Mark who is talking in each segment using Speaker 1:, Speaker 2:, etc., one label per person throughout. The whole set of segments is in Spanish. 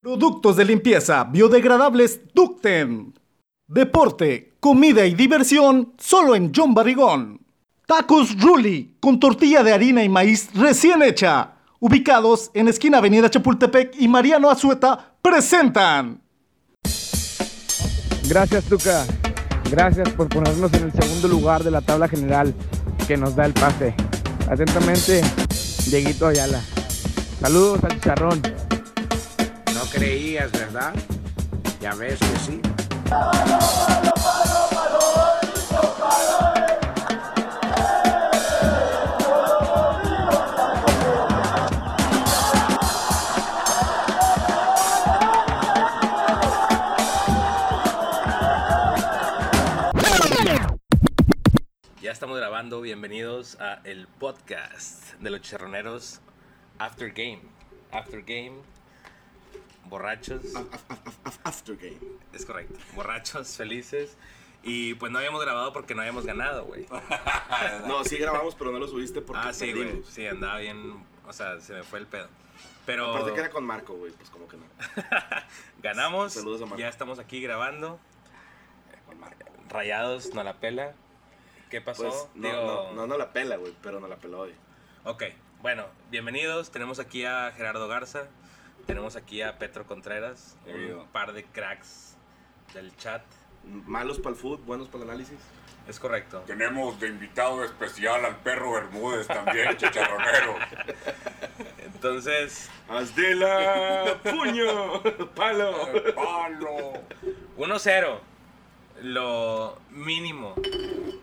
Speaker 1: Productos de limpieza biodegradables Ducten. Deporte, comida y diversión solo en John Barrigón. Tacos Ruli con tortilla de harina y maíz recién hecha. Ubicados en esquina Avenida Chapultepec y Mariano Azueta presentan.
Speaker 2: Gracias, Tuca. Gracias por ponernos en el segundo lugar de la tabla general que nos da el pase. Atentamente, Dieguito Ayala. Saludos al chicharrón.
Speaker 3: No creías, ¿verdad? Ya ves que sí.
Speaker 4: Ya estamos grabando, bienvenidos a el podcast de los chicharroneros After Game. After Game, borrachos,
Speaker 5: Ah, Aftergame.
Speaker 4: es correcto, borrachos, felices. Y pues no habíamos grabado porque no habíamos ganado, güey.
Speaker 5: No, sí grabamos, pero no lo subiste Ah, porque
Speaker 4: Ah, sí, güey,
Speaker 5: perdimos.
Speaker 4: sí, andaba bien, o sea, se me fue el pedo. Pero
Speaker 5: Aparte que era con Marco, güey, pues como que no.
Speaker 4: ganamos,
Speaker 5: Saludos a Marco.
Speaker 4: ya estamos aquí grabando. Rayados, no la pela. ¿Qué pasó?
Speaker 5: Pues no,
Speaker 4: Digo-
Speaker 5: no, no, no la pela, güey, pero no la peló hoy.
Speaker 4: Ok, bueno, bienvenidos. Tenemos aquí a Gerardo Garza, tenemos aquí a Petro Contreras, un par de cracks del chat.
Speaker 5: Malos para el food, buenos para el análisis.
Speaker 4: Es correcto.
Speaker 6: Tenemos de invitado especial al perro Bermúdez también, chicharronero.
Speaker 4: Entonces,
Speaker 5: ¡Haz de la ¡Oh, puño, palo.
Speaker 6: ¡Palo!
Speaker 4: 1-0, lo mínimo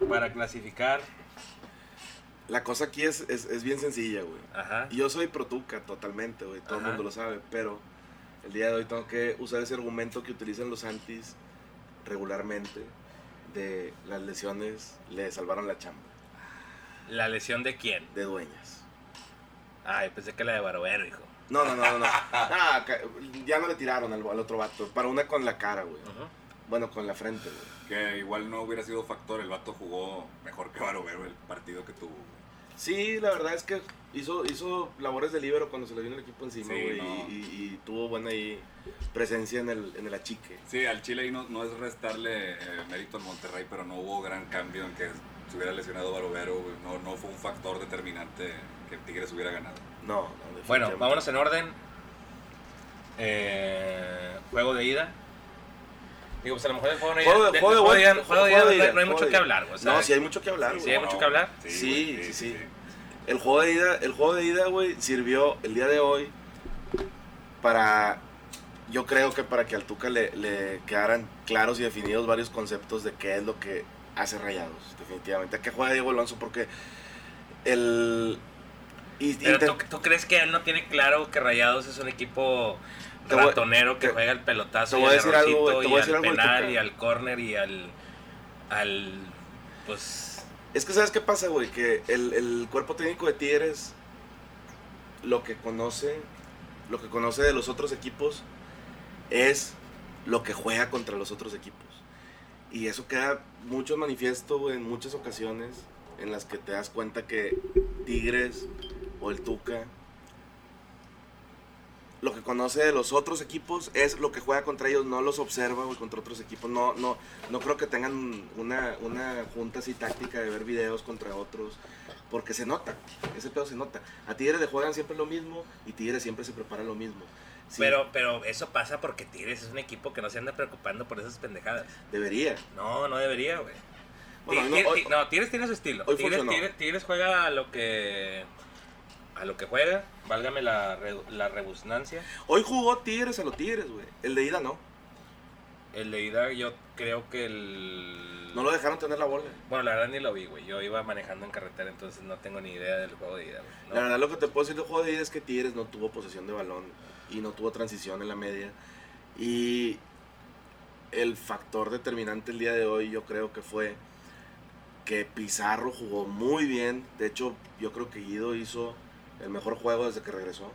Speaker 4: para clasificar.
Speaker 5: La cosa aquí es, es, es bien sencilla, güey.
Speaker 4: Ajá.
Speaker 5: Yo soy protuca totalmente, güey, todo el
Speaker 4: Ajá.
Speaker 5: mundo lo sabe, pero el día de hoy tengo que usar ese argumento que utilizan los antis regularmente de las lesiones le salvaron la chamba
Speaker 4: ¿La lesión de quién?
Speaker 5: de dueñas.
Speaker 4: Ay, pensé que la de Barovero, hijo.
Speaker 5: No, no, no, no. no. Ah, ca- ya no le tiraron al, al otro vato. Para una con la cara, güey. Bueno, con la frente, güey.
Speaker 6: Que igual no hubiera sido factor, el vato jugó mejor que Barovero el partido que tuvo.
Speaker 5: Sí, la verdad es que hizo, hizo labores de líbero cuando se le vino el equipo encima,
Speaker 6: Sí,
Speaker 5: güey.
Speaker 6: no.
Speaker 5: Y, y- y tuvo buena ahí presencia en el, en el achique.
Speaker 6: Sí, al Chile ahí no, no es restarle eh, mérito al Monterrey, pero no hubo gran cambio en que se hubiera lesionado Barovero. güey. No, no fue un factor determinante que Tigres hubiera ganado.
Speaker 5: No, no.
Speaker 4: Bueno,
Speaker 5: definitivamente.
Speaker 4: vámonos en orden. Eh, juego de ida. Digo, pues a lo mejor el juego de ida.
Speaker 5: Juego de-
Speaker 4: de-
Speaker 5: juego de
Speaker 4: juego de ida-
Speaker 5: vuelta,
Speaker 4: juego de ida
Speaker 5: juego
Speaker 4: no
Speaker 5: de
Speaker 4: hay-
Speaker 5: ida,
Speaker 4: no hay
Speaker 5: juego
Speaker 4: mucho
Speaker 5: de
Speaker 4: que
Speaker 5: ida.
Speaker 4: hablar, güey. o sea,
Speaker 5: No, sí hay mucho que hablar,
Speaker 4: Sí,
Speaker 5: güey.
Speaker 4: sí, hay mucho que hablar.
Speaker 5: Sí,
Speaker 6: güey,
Speaker 5: sí, sí. El juego de ida, el juego de ida, güey, sirvió el día de hoy para, yo creo que para que al Tuca le, le quedaran claros y definidos varios conceptos de qué es lo que hace Rayados, definitivamente. ¿A qué juega Diego Alonso? Porque el... y-
Speaker 4: Pero
Speaker 5: inten-
Speaker 4: tú, tú crees que él no tiene claro que Rayados es un equipo
Speaker 5: Te voy-
Speaker 4: ratonero que
Speaker 5: te-
Speaker 4: juega al pelotazo y
Speaker 5: te voy a
Speaker 4: al
Speaker 5: decir algo,
Speaker 4: errorcito
Speaker 5: güey, te voy a
Speaker 4: y al
Speaker 5: decir algo del
Speaker 4: penal
Speaker 5: Tuca.
Speaker 4: y al córner y al al pues
Speaker 5: Es que sabes qué pasa, güey, que el, el cuerpo técnico de Tigres lo que conoce, lo que conoce de los otros equipos es lo que juega contra los otros equipos. Y eso queda mucho en manifiesto güey, en muchas ocasiones en las que te das cuenta que Tigres o el Tuca lo que conoce de los otros equipos es lo que juega contra ellos, no los observa güey, contra otros equipos. No, no, no creo que tengan una, una junta así táctica de ver videos contra otros, porque se nota, ese pedo se nota. A Tigres le juegan siempre lo mismo y Tigres siempre se prepara lo mismo. Sí,
Speaker 4: pero pero eso pasa porque Tigres es un equipo que no se anda preocupando por esas pendejadas.
Speaker 5: debería.
Speaker 4: No, no debería, güey.
Speaker 5: Bueno,
Speaker 4: Ti-
Speaker 5: no,
Speaker 4: ti-
Speaker 5: hoy-
Speaker 4: ti- no, Tigres tiene su estilo.
Speaker 5: hoy
Speaker 4: Tigres,
Speaker 5: funcionó.
Speaker 4: Tigres- Tigres juega a lo que a lo que juega, válgame la re- la rebusnancia.
Speaker 5: Hoy jugó Tigres a los Tigres, güey. El de ida no.
Speaker 4: El de ida yo creo que el
Speaker 5: No lo dejaron tener la bola.
Speaker 4: Bueno, la verdad ni lo vi, güey. Yo iba manejando en carretera, entonces no tengo ni idea del juego de ida, güey. No.
Speaker 5: La verdad, lo que te puedo decir del juego de ida es que Tigres no tuvo posesión de balón y no tuvo transición en la media. Y el factor determinante el día de hoy, yo creo que fue que Pizarro jugó muy bien. De hecho, yo creo que Guido hizo el mejor juego desde que regresó.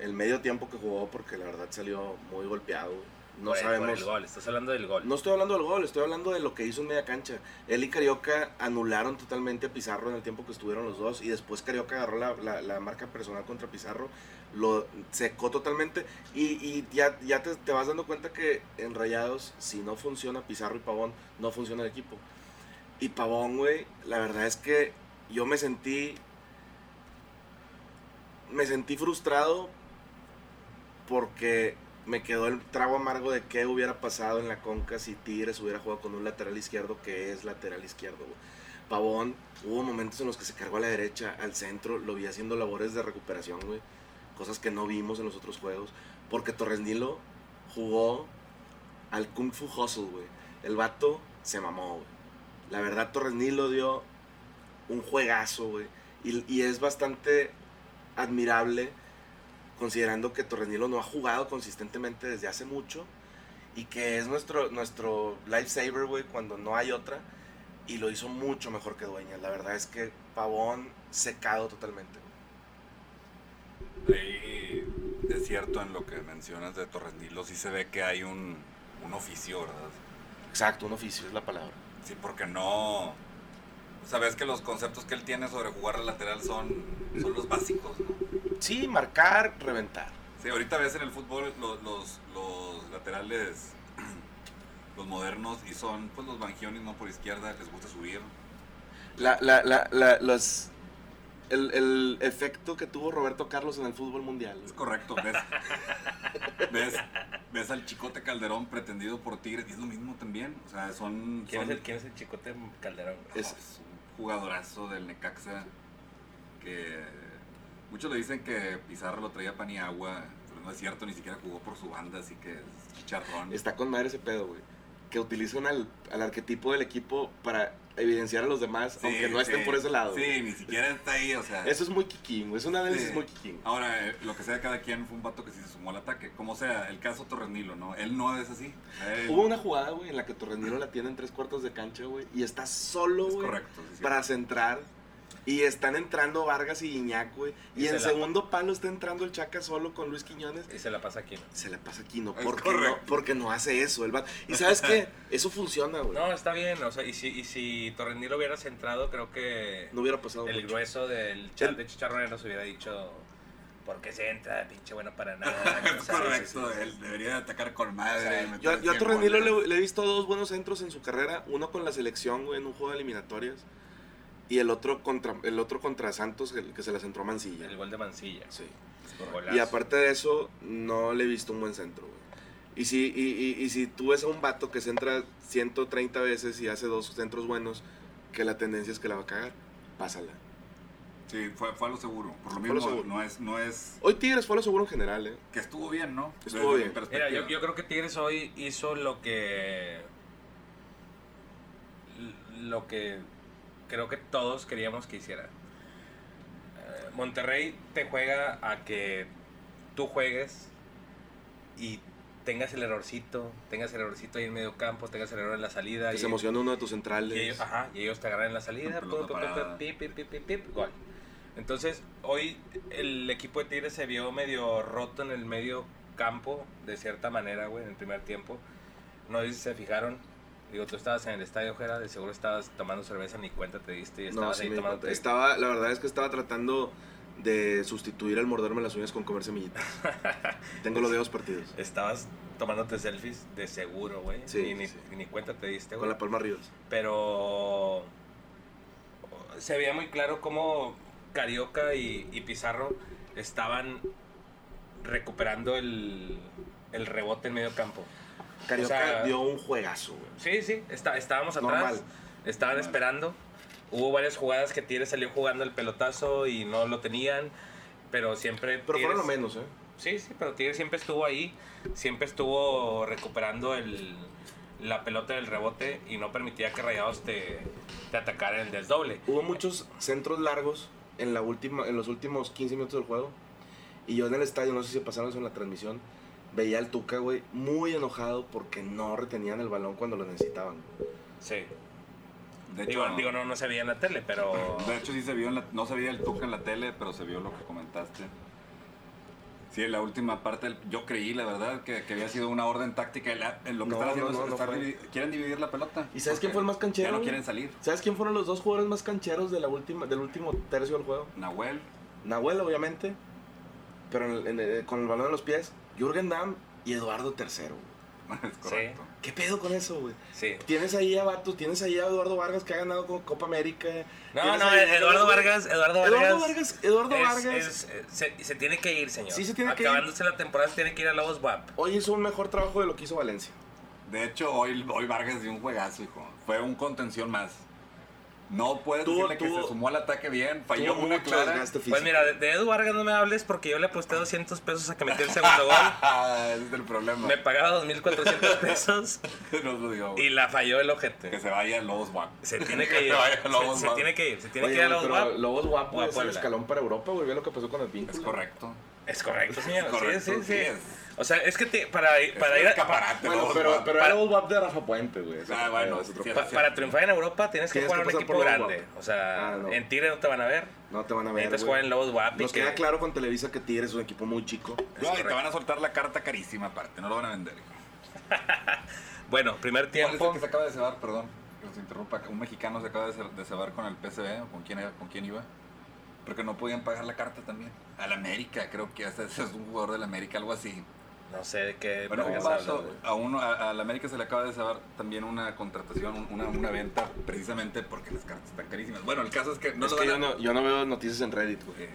Speaker 5: El medio tiempo que jugó, porque la verdad salió muy golpeado. güey. No
Speaker 4: por el- por
Speaker 5: sabemos.
Speaker 4: el gol, estás hablando del gol.
Speaker 5: No estoy hablando del gol, estoy hablando de lo que hizo en media cancha. Él y Carioca anularon totalmente a Pizarro en el tiempo que estuvieron los dos y después Carioca agarró la, la- la marca personal contra Pizarro, lo secó totalmente y, y ya, ya te, te vas dando cuenta que en Rayados, si no funciona Pizarro y Pavón, no funciona el equipo. Y Pavón, güey, la verdad es que yo me sentí... Me sentí frustrado porque me quedó el trago amargo de qué hubiera pasado en la conca si Tigres hubiera jugado con un lateral izquierdo que es lateral izquierdo. güey. Pavón, hubo momentos en los que se cargó a la derecha, al centro, lo vi haciendo labores de recuperación, güey. Cosas que no vimos en los otros juegos. Porque Torres Nilo jugó al Kung Fu Hustle, güey. El vato se mamó, güey. La verdad, Torres Nilo dio un juegazo, güey. Y, y es bastante admirable considerando que Torrenilo no ha jugado consistentemente desde hace mucho y que es nuestro, nuestro lifesaver, güey, cuando no hay otra. Y lo hizo mucho mejor que Dueñas. La verdad es que Pavón secado totalmente. güey.
Speaker 6: Ahí es cierto en lo que mencionas de Torres Nilo, sí se ve que hay un, un oficio, ¿verdad?
Speaker 5: Exacto, un oficio es la palabra.
Speaker 6: Sí, porque no. Sabes que los conceptos que él tiene sobre jugar al lateral son, son los básicos, ¿no?
Speaker 5: Sí, marcar, reventar.
Speaker 6: Sí, ahorita ves en el fútbol lo- los, los laterales, los modernos, y son pues los bangiones, no por izquierda, les gusta subir.
Speaker 5: La, la, la, la- los, el, el efecto que tuvo Roberto Carlos en el fútbol mundial.
Speaker 6: Es
Speaker 5: güey.
Speaker 6: correcto, ves. ves, ves al Chicote Calderón pretendido por Tigres, y es lo mismo también. O sea, son.
Speaker 4: ¿Quién, es
Speaker 6: son-
Speaker 4: el, ¿Quién es el chicote Calderón? güey?
Speaker 5: Es-
Speaker 6: Es, un jugadorazo del Necaxa que muchos le dicen que Pizarro lo traía pan y agua, pero no es cierto, ni siquiera jugó por su banda, así que es chicharrón.
Speaker 5: Está con madre ese pedo, güey. Que utilizan al, al arquetipo del equipo para evidenciar a los demás,
Speaker 6: Sí,
Speaker 5: aunque no estén
Speaker 6: sí.
Speaker 5: por ese lado. güey.
Speaker 6: Sí, ni siquiera está ahí, o sea.
Speaker 5: Eso es muy kikín, güey. Es un análisis
Speaker 6: Sí.
Speaker 5: muy kikín.
Speaker 6: Ahora, eh, lo que sea de cada quien fue un vato que sí se sumó al ataque. Como sea, el caso Torrenilo, ¿no? Él no es así. Él-
Speaker 5: Hubo una jugada, güey, en la que Torrenilo la tiene en tres cuartos de cancha, güey, y está solo,
Speaker 6: Es
Speaker 5: güey,
Speaker 6: correcto. sí, sí.
Speaker 5: para centrar. Y están entrando Vargas y Iñak, güey. Y,
Speaker 4: Y se
Speaker 5: en
Speaker 4: la-
Speaker 5: segundo palo está entrando el Chaca solo con Luis Quiñones.
Speaker 4: Y se la pasa aquí, ¿no?
Speaker 5: Se la pasa a Quino.
Speaker 6: Es
Speaker 5: ¿Por qué no?
Speaker 6: correcto.
Speaker 5: Porque no hace eso. El va- y ¿sabes qué? Eso funciona, güey. No,
Speaker 4: No, está bien. O sea, y si, y si Torrenilo hubiera centrado, creo que
Speaker 5: hubiera pasado
Speaker 4: el
Speaker 5: mucho.
Speaker 4: grueso del chat
Speaker 5: El-
Speaker 4: de Chicharroneros hubiera dicho: ¿Por qué se entra, pinche bueno para nada?
Speaker 6: Es
Speaker 4: O sea, sí, sí,
Speaker 6: correcto.
Speaker 4: sí.
Speaker 6: Él debería atacar con madre.
Speaker 5: O sea,
Speaker 6: meter
Speaker 5: yo, yo a
Speaker 6: 100
Speaker 5: Torrenilo
Speaker 6: goles.
Speaker 5: le, le he visto dos buenos centros en su carrera, uno con la selección, güey, en un juego de eliminatorias, y el otro contra, el otro contra Santos, el que se la centró Mancilla.
Speaker 4: El gol de Mancilla.
Speaker 5: Sí.
Speaker 4: Golazo.
Speaker 5: Y aparte de eso, no le he visto un buen centro, güey. Y si, y, y- y si tú ves a un vato que centra 130 veces y hace dos centros buenos, que la tendencia es que la va a cagar, pásala.
Speaker 6: Sí, fue, fue a lo seguro. Por lo
Speaker 5: Fue a lo
Speaker 6: mismo,
Speaker 5: seguro.
Speaker 6: no es. No es
Speaker 5: Hoy Tigres fue a lo seguro en general, ¿eh?
Speaker 6: que estuvo bien, ¿no?
Speaker 5: Estuvo
Speaker 6: mi
Speaker 5: bien.
Speaker 6: perspectiva.
Speaker 4: Mira, yo, yo creo que Tigres hoy hizo lo que. Lo que creo que todos queríamos que hiciera. Eh, Monterrey te juega a que tú juegues y tengas el errorcito, tengas el errorcito ahí en medio campo, tengas el error en la salida.
Speaker 5: Que
Speaker 4: y-
Speaker 5: se emociona uno de tus
Speaker 4: y ellos,
Speaker 5: centrales.
Speaker 4: ajá, y ellos te agarran en la salida,
Speaker 6: Pelota
Speaker 4: pum, pum, pum,
Speaker 6: parada.
Speaker 4: pip, pip, pip, pip, pip, gol. Entonces, hoy el equipo de Tigres se vio medio roto en el medio campo, de cierta manera, güey, en el primer tiempo. No sé si se fijaron. Digo, tú estabas en el estadio, Jera, de seguro estabas tomando cerveza, ni cuenta te diste y estabas
Speaker 5: No, sí
Speaker 4: ahí
Speaker 5: me di
Speaker 4: tomando...
Speaker 5: cuenta. Estaba, la verdad es que estaba tratando de sustituir al morderme las uñas con comer semillitas. Tengo los dedos partidos.
Speaker 4: Estabas tomándote selfies, de seguro, güey.
Speaker 5: Sí,
Speaker 4: y ni,
Speaker 5: sí, sí.
Speaker 4: ni cuenta te diste,
Speaker 5: Con
Speaker 4: güey.
Speaker 5: la palma arriba.
Speaker 4: pero se veía muy claro cómo Carioca y, y Pizarro estaban recuperando el, el rebote en medio campo.
Speaker 5: Carioca
Speaker 4: O sea,
Speaker 5: dio un juegazo, güey.
Speaker 4: Sí, sí, está- estábamos atrás,
Speaker 5: Normal.
Speaker 4: estaban
Speaker 6: Normal.
Speaker 4: esperando. Hubo varias jugadas que Tigres salió jugando el pelotazo y no lo tenían, pero siempre...
Speaker 5: Pero fueron lo
Speaker 4: Tigres-
Speaker 5: menos, ¿eh?
Speaker 4: Sí, sí, pero Tigres siempre estuvo ahí, siempre estuvo recuperando el, la pelota del rebote y no permitía que Rayados te, te atacara en el desdoble.
Speaker 5: Hubo muchos centros largos en, la última, en los últimos 15 minutos del juego. Y yo en el estadio, no sé si pasaron eso en la transmisión, veía al Tuca, güey, muy enojado porque no retenían el balón cuando lo necesitaban.
Speaker 4: Sí.
Speaker 6: De hecho,
Speaker 4: Digo, digo, no, no se veía en la tele, pero
Speaker 6: De hecho, sí se vio, en la- no se veía el Tuca en la tele, pero se vio lo que comentaste. Sí, la última parte, del- yo creí, la verdad, que, que había sido una orden táctica. la- en lo que
Speaker 5: No,
Speaker 6: están haciendo
Speaker 5: no, no,
Speaker 6: es
Speaker 5: no
Speaker 6: estar
Speaker 5: fue.
Speaker 6: divi- quieren dividir la pelota.
Speaker 5: ¿Y sabes
Speaker 6: Porque
Speaker 5: quién fue el más canchero?
Speaker 6: Ya no
Speaker 5: güey?
Speaker 6: quieren salir.
Speaker 5: ¿Sabes quién fueron los dos jugadores más cancheros de la última, del último tercio del juego?
Speaker 6: Nahuel,
Speaker 5: Nahuel, obviamente, pero en el- en el- con el balón en los pies, Jürgen Damm y Eduardo III. güey.
Speaker 6: es correcto.
Speaker 5: ¿Qué pedo con eso, güey?
Speaker 4: Sí.
Speaker 5: Tienes ahí a Vatos, tienes ahí a Eduardo Vargas que ha ganado con Copa América.
Speaker 4: No,
Speaker 5: Tienes
Speaker 4: no,
Speaker 5: ahí-
Speaker 4: Eduardo Vargas, Eduardo Vargas.
Speaker 5: Eduardo Vargas, Eduardo
Speaker 4: es-
Speaker 5: Vargas.
Speaker 4: es- eh, se, se tiene que ir, señor.
Speaker 5: Sí, se tiene que ir.
Speaker 4: Acabándose la temporada, se tiene que ir a Lobos WAP.
Speaker 5: Hoy hizo un mejor trabajo de lo que hizo Valencia.
Speaker 6: De hecho, hoy, hoy Vargas dio un juegazo, hijo. Fue un contención más. No puedes
Speaker 5: Tuvo-
Speaker 6: decirle que
Speaker 5: tuvo-
Speaker 6: se sumó al ataque bien, falló
Speaker 5: Tuvo
Speaker 6: una
Speaker 5: mucho
Speaker 6: clara.
Speaker 5: desgaste físico.
Speaker 4: Pues mira, de, de Edu Vargas no me hables porque yo le aposté 200 pesos a que metió el segundo gol.
Speaker 6: Ese es el problema.
Speaker 4: Me pagaba 2.400 pesos
Speaker 6: No lo digo, güey.
Speaker 4: y la falló el
Speaker 6: Que
Speaker 4: ojete.
Speaker 6: se vaya el Lobos Guap.
Speaker 4: Se tiene que ir.
Speaker 6: se vaya
Speaker 4: se-
Speaker 6: Lobos
Speaker 4: se
Speaker 6: Guap.
Speaker 4: tiene que ir. Se tiene
Speaker 5: Oye,
Speaker 4: que ir a
Speaker 5: güey,
Speaker 4: Lobos
Speaker 5: pero
Speaker 4: WAP.
Speaker 5: Lobos guapo
Speaker 4: o a
Speaker 5: es el
Speaker 4: Puebla.
Speaker 5: escalón para Europa, güey. Ve lo que pasó con el vínculo.
Speaker 6: Es correcto.
Speaker 4: Es correcto, señor.
Speaker 6: Es correcto,
Speaker 4: sí, sí, sí.
Speaker 6: sí es.
Speaker 4: O sea, es que te- para, para
Speaker 6: Es
Speaker 4: ir
Speaker 6: un
Speaker 4: a-
Speaker 6: escaparate,
Speaker 5: Bueno,
Speaker 6: Lobos
Speaker 5: pero,
Speaker 6: Guap.
Speaker 5: pero
Speaker 4: Para-
Speaker 5: era Lobos guapo de Rafa Puente, güey. Ese
Speaker 6: Ah, bueno,
Speaker 5: es otro
Speaker 6: sí,
Speaker 5: pedo.
Speaker 4: pa- para triunfar en Europa tienes que
Speaker 5: Tienes
Speaker 4: jugar
Speaker 5: que
Speaker 4: en un equipo
Speaker 5: pasar por Lobos
Speaker 4: grande.
Speaker 5: WAP.
Speaker 4: O sea,
Speaker 5: Ah, no.
Speaker 4: en Tigre no te van a ver.
Speaker 5: No te van a ver.
Speaker 4: Necesitas
Speaker 5: güey.
Speaker 4: jugar en Lobos WAP. y
Speaker 5: Nos
Speaker 4: que-
Speaker 5: queda claro con Televisa que Tigres es un equipo muy chico.
Speaker 6: No, y te van a soltar la carta carísima aparte, no lo van a vender. hijo.
Speaker 4: Bueno, primer
Speaker 6: ¿Cuál es el
Speaker 4: tiempo.
Speaker 6: que se acaba de cebar, perdón? Que los interrumpa. Un mexicano se acaba de ce- de cebar con el PCB, o con quién, era- con quién iba. Porque no podían pagar la carta también. Al América, creo que ese ese es un jugador del América, algo así.
Speaker 4: No sé de qué.
Speaker 6: Bueno, un
Speaker 4: vergas
Speaker 6: vato,
Speaker 4: hablas, güey.
Speaker 6: a uno, a- al América se le acaba de cebar también una contratación, un- una, una venta, precisamente porque las cartas están carísimas. Bueno, el caso es que no
Speaker 5: es
Speaker 6: lo
Speaker 5: que
Speaker 6: van
Speaker 5: yo
Speaker 6: a-
Speaker 5: no, yo no veo noticias en Reddit, güey.
Speaker 6: Eh,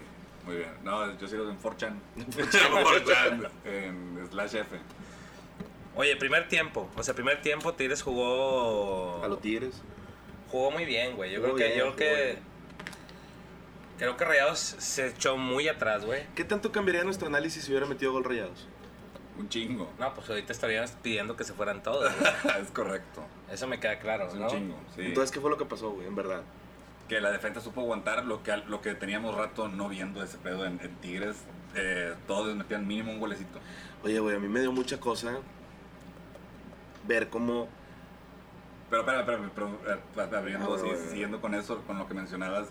Speaker 6: muy bien. No, yo sigo en 4chan. En 4chan. en Slash F.
Speaker 4: Oye, primer tiempo. O sea, primer tiempo Tigres jugó.
Speaker 5: A los Tigres.
Speaker 4: Jugó muy bien, güey. Yo
Speaker 5: Jugó
Speaker 4: creo que.
Speaker 5: bien,
Speaker 4: yo
Speaker 5: jugó
Speaker 4: creo que.
Speaker 5: bien.
Speaker 4: Creo que Rayados se echó muy atrás, güey.
Speaker 5: ¿Qué tanto cambiaría nuestro análisis si hubiera metido gol rayados?
Speaker 6: Un chingo.
Speaker 4: No, pues ahorita estarían pidiendo que se fueran todos. güey.
Speaker 6: es correcto.
Speaker 4: Eso me queda claro,
Speaker 6: Es un
Speaker 4: ¿no?
Speaker 6: chingo. Sí.
Speaker 5: Entonces, ¿qué fue lo que pasó, güey? En verdad.
Speaker 6: que la defensa supo aguantar lo que, lo que teníamos rato no viendo ese pedo en, en Tigres. eh, todos metían mínimo un golecito.
Speaker 5: Oye, güey, a mí me dio mucha cosa ver cómo
Speaker 6: Pero, espera, espera, pero, eh, pa- pa- abriendo
Speaker 5: Ah,
Speaker 6: así,
Speaker 5: bueno, bueno.
Speaker 6: siguiendo con eso, con lo que mencionabas,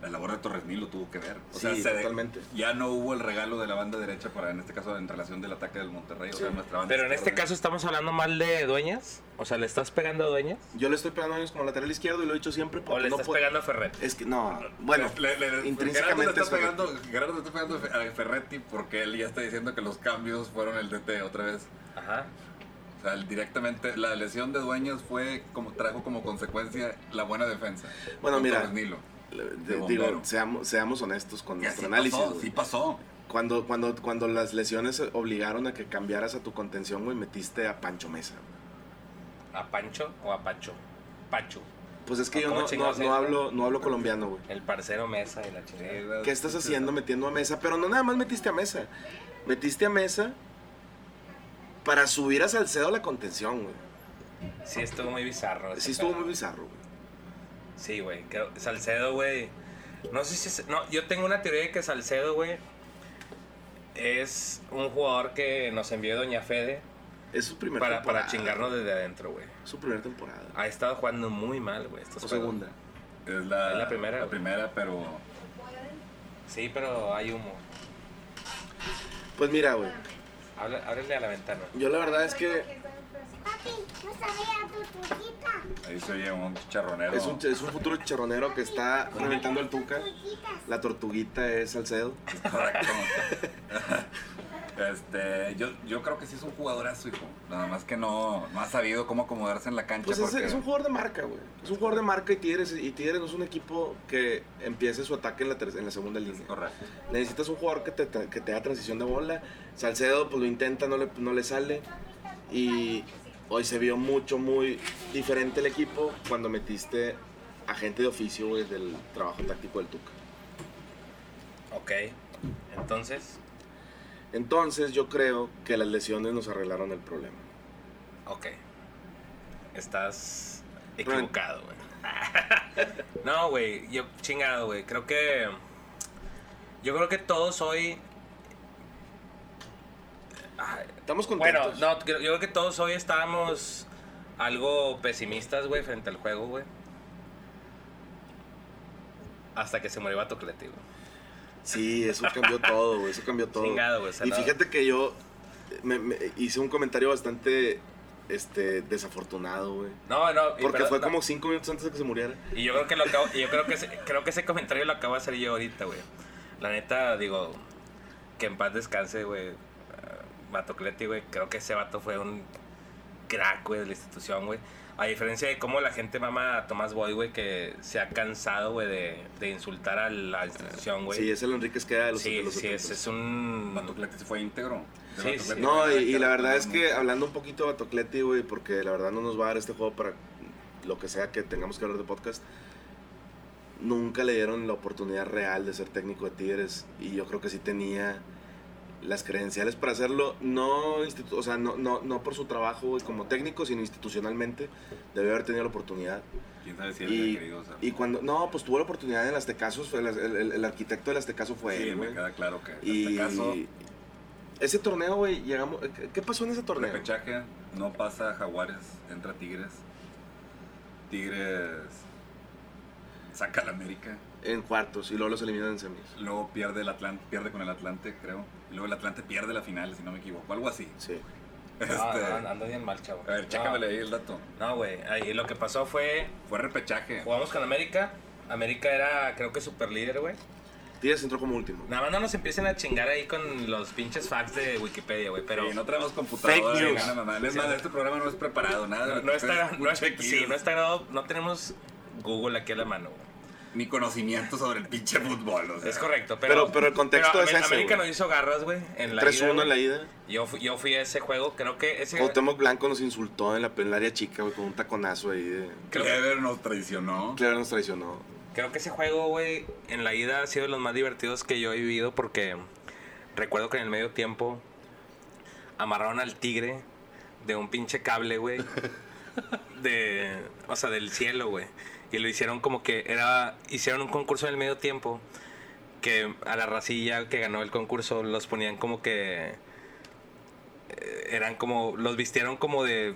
Speaker 6: la labor de Torres Nil lo tuvo que ver. O sea,
Speaker 5: Sí,
Speaker 6: se de-
Speaker 5: totalmente.
Speaker 6: ya no hubo el regalo de la banda derecha para, en este caso, en relación del ataque del Monterrey. O sea, nuestra banda
Speaker 4: Pero en este
Speaker 6: izquierda.
Speaker 4: caso estamos hablando mal de dueñas. O sea, ¿le estás pegando a dueñas?
Speaker 5: yo le estoy pegando a ellos como lateral izquierdo y lo he dicho siempre
Speaker 4: ¿O
Speaker 5: porque
Speaker 4: le
Speaker 5: no
Speaker 4: estás
Speaker 5: puedo-
Speaker 4: pegando a Ferret?
Speaker 5: Es que no, bueno,
Speaker 6: Le- le- le-
Speaker 5: intrínsecamente
Speaker 6: Gerardo le está
Speaker 5: es Ferretti.
Speaker 6: pegando, Gerardo le está pegando a Fe- a Ferretti porque él ya está diciendo que los cambios fueron el DT otra vez.
Speaker 4: Ajá.
Speaker 6: O sea, el- directamente la lesión de Dueños fue como trajo como consecuencia la buena defensa.
Speaker 5: Bueno,
Speaker 6: Con
Speaker 5: mira,
Speaker 6: Torres Nilo.
Speaker 5: le-
Speaker 6: de bombero.
Speaker 5: digo, seamos, seamos honestos con
Speaker 6: Que
Speaker 5: nuestro
Speaker 6: sí
Speaker 5: análisis.
Speaker 6: pasó,
Speaker 5: güey.
Speaker 6: sí pasó.
Speaker 5: Cuando, cuando, cuando las lesiones obligaron a que cambiaras a tu contención, güey, metiste a Pancho Mesa. güey.
Speaker 4: ¿A Pancho o a Pacho? Pacho.
Speaker 5: Pues es que
Speaker 4: ¿Cómo
Speaker 5: yo no,
Speaker 4: chingados
Speaker 5: no- no
Speaker 4: es?
Speaker 5: hablo, no hablo colombiano, güey.
Speaker 4: El parcero Mesa y la chingada.
Speaker 5: ¿Qué estás haciendo metiendo a Mesa? Pero no nada más metiste a Mesa. Metiste a Mesa para subir a Salcedo a la contención, güey.
Speaker 4: Sí, estuvo muy bizarro. ese
Speaker 5: Sí estuvo
Speaker 4: pedo.
Speaker 5: muy bizarro, güey.
Speaker 4: Sí, güey. creo- Salcedo, güey. No sé si es- No, yo tengo una teoría de que Salcedo, güey, es un jugador que nos envió Doña Fede
Speaker 5: Es su primera
Speaker 4: para,
Speaker 5: temporada.
Speaker 4: para chingarnos desde adentro, güey.
Speaker 5: Su primera temporada.
Speaker 4: Ha estado jugando muy mal, güey. estos
Speaker 5: O
Speaker 4: juegos.
Speaker 5: segunda.
Speaker 6: Es la,
Speaker 4: Es la primera,
Speaker 6: La
Speaker 4: güey.
Speaker 6: primera, pero
Speaker 4: Sí, pero hay humo.
Speaker 5: Pues mira, güey.
Speaker 4: Habla- Ábrele a la ventana.
Speaker 5: Yo la verdad es que
Speaker 7: Papi, no sabía tu tuquita.
Speaker 6: ahí se oye un chicharronero.
Speaker 5: es un, es un futuro chicharronero que está reventando el Tuca.
Speaker 7: Tuquitas.
Speaker 5: La tortuguita es Salcedo.
Speaker 6: Correcto. este, yo, yo creo que sí es un jugadorazo, hijo. Nada más que no, no ha sabido cómo acomodarse en la cancha.
Speaker 5: Pues es,
Speaker 6: porque-
Speaker 5: es un jugador de marca, güey. Es un jugador de marca y Tigres, y Tigres no es un equipo que empiece su ataque en la, ter- en la segunda línea.
Speaker 6: Correcto.
Speaker 5: Necesitas un jugador que te, que te da transición de bola. Salcedo, pues lo intenta, no le, no le sale. Y hoy se vio mucho, muy diferente el equipo cuando metiste a gente de oficio, güey, del trabajo táctico del Tuca.
Speaker 4: Ok. Entonces,
Speaker 5: Entonces, yo creo que las lesiones nos arreglaron el problema.
Speaker 4: ok. Estás equivocado, güey. no, güey. Yo, chingado, güey. Creo que. Yo creo que todos hoy
Speaker 5: Estamos
Speaker 4: Bueno,
Speaker 5: contentos.
Speaker 4: no, creo- yo creo que todos hoy estábamos algo pesimistas, güey, frente al juego, güey. Hasta que se murió Batocleti, güey.
Speaker 5: Sí, eso cambió todo, güey. Eso cambió todo.
Speaker 4: Chingado, güey,
Speaker 5: y
Speaker 4: salado.
Speaker 5: fíjate que yo eh, me- me hice un comentario bastante este, desafortunado, güey.
Speaker 4: No, no. y
Speaker 5: Porque
Speaker 4: perdón,
Speaker 5: fue
Speaker 4: no.
Speaker 5: como cinco minutos antes de que se muriera.
Speaker 4: Y yo creo que lo acabo, y yo creo que ese, creo que ese comentario lo acabo de hacer yo ahorita, güey. La neta, digo, que en paz descanse, güey. eh, Vato Cleti, güey. Creo que ese vato fue un crack, güey, de la institución, güey. A diferencia de cómo la gente mama a Tomás Boy, güey, que se ha cansado, güey, de, de insultar a la institución, güey.
Speaker 5: Sí, es el Enrique Esqueda de los
Speaker 4: sí,
Speaker 5: de los
Speaker 4: sí, es,
Speaker 5: 70s.
Speaker 4: es un...
Speaker 6: Batocleti se fue íntegro. De
Speaker 4: Sí,
Speaker 6: Batocleti
Speaker 4: sí.
Speaker 5: No, y,
Speaker 6: fue
Speaker 5: y la verdad es que
Speaker 6: mucho.
Speaker 5: hablando un poquito de Batocleti, güey, porque la verdad no nos va a dar este juego para lo que sea que tengamos que hablar de podcast. Nunca le dieron la oportunidad real de ser técnico de Tigres y yo creo que sí tenía las credenciales para hacerlo, no, institu- o sea, no, no, no por su trabajo güey, como técnico, sino institucionalmente, debió haber tenido la oportunidad.
Speaker 6: Quién sabe si él hubiera
Speaker 5: Y,
Speaker 6: querido hacerlo.
Speaker 5: y cuando, no, pues tuvo la oportunidad en las Tecasos, el, el- el- el arquitecto de las Tecasos fue
Speaker 6: Sí,
Speaker 5: él,
Speaker 6: me
Speaker 5: güey.
Speaker 6: queda claro que en
Speaker 5: Y
Speaker 6: este caso,
Speaker 5: ese torneo, güey, llegamos. ¿qué- ¿Qué pasó en ese torneo?
Speaker 6: repechaje, no pasa a Jaguares, entra Tigres. Tigres saca al América.
Speaker 5: En cuartos y luego los eliminan en semis.
Speaker 6: Luego pierde, el Atlan- pierde con el Atlante, creo. Y luego el Atlante pierde la final, si no me equivoco. Algo así.
Speaker 5: Sí.
Speaker 6: Este,
Speaker 4: No, Ah, no,
Speaker 6: a
Speaker 4: anda bien mal, chavo.
Speaker 6: ver, chécamele ahí el dato.
Speaker 4: No, güey. ahí lo que pasó fue...
Speaker 6: Fue repechaje.
Speaker 4: Jugamos con América. América era, creo que, super líder, güey.
Speaker 5: Tigres entró como último.
Speaker 4: Nada más no nos empiecen a chingar ahí con los pinches facts de Wikipedia, güey, pero...
Speaker 6: Sí, no traemos computadora.
Speaker 5: Fake
Speaker 6: ni
Speaker 5: news.
Speaker 6: nada, mamá. Es más, este programa no es preparado, nada.
Speaker 4: No,
Speaker 6: Lo que
Speaker 4: no
Speaker 6: ustedes
Speaker 4: está, no, es-
Speaker 6: escuchen aquí
Speaker 4: sí,
Speaker 6: es
Speaker 4: no está grabado, no tenemos Google aquí a la mano, güey.
Speaker 6: Ni conocimiento sobre el pinche fútbol. o sea.
Speaker 4: Es correcto, pero...
Speaker 5: Pero- pero el contexto
Speaker 4: pero
Speaker 5: es
Speaker 4: Amer-
Speaker 5: ese,
Speaker 4: América
Speaker 5: güey.
Speaker 4: nos hizo garras, güey, en la
Speaker 5: 3-1
Speaker 4: ida,
Speaker 5: en la
Speaker 4: güey.
Speaker 5: ida.
Speaker 4: Yo fui, yo fui a ese juego, creo que ese...
Speaker 5: Cuauhtémoc Blanco nos insultó en la, en el área chica, güey, con un taconazo ahí de.
Speaker 6: Clever nos traicionó.
Speaker 5: Clever nos traicionó.
Speaker 4: Creo que ese juego, güey, en la ida ha sido de los más divertidos que yo he vivido porque recuerdo que en el medio tiempo amarraron al tigre de un pinche cable, güey. De, o sea, del cielo, güey. Y lo hicieron como que era, hicieron un concurso en el medio tiempo que a la racilla que ganó el concurso los ponían como que eh, eran como, los vistieron como de eh,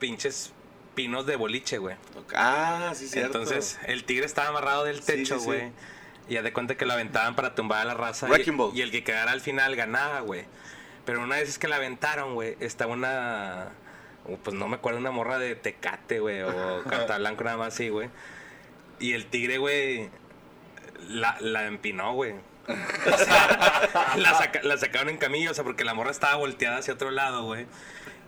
Speaker 4: pinches pinos de boliche, güey.
Speaker 5: Ah, sí, cierto.
Speaker 4: Entonces, el tigre estaba amarrado del
Speaker 5: Sí,
Speaker 4: techo,
Speaker 5: sí, sí.
Speaker 4: güey. Y ya de cuenta que lo aventaban para tumbar a la raza.
Speaker 5: Wrecking
Speaker 4: y,
Speaker 5: ball.
Speaker 4: y el que quedara al final ganaba, güey. Pero una vez que la aventaron, güey, estaba una. o, Pues no me acuerdo, una morra de tecate, güey, o blanco nada más así, güey. Y el tigre, güey, la, la empinó, güey. O sea, la, saca- la sacaron en camillo, o sea, porque la morra estaba volteada hacia otro lado, güey.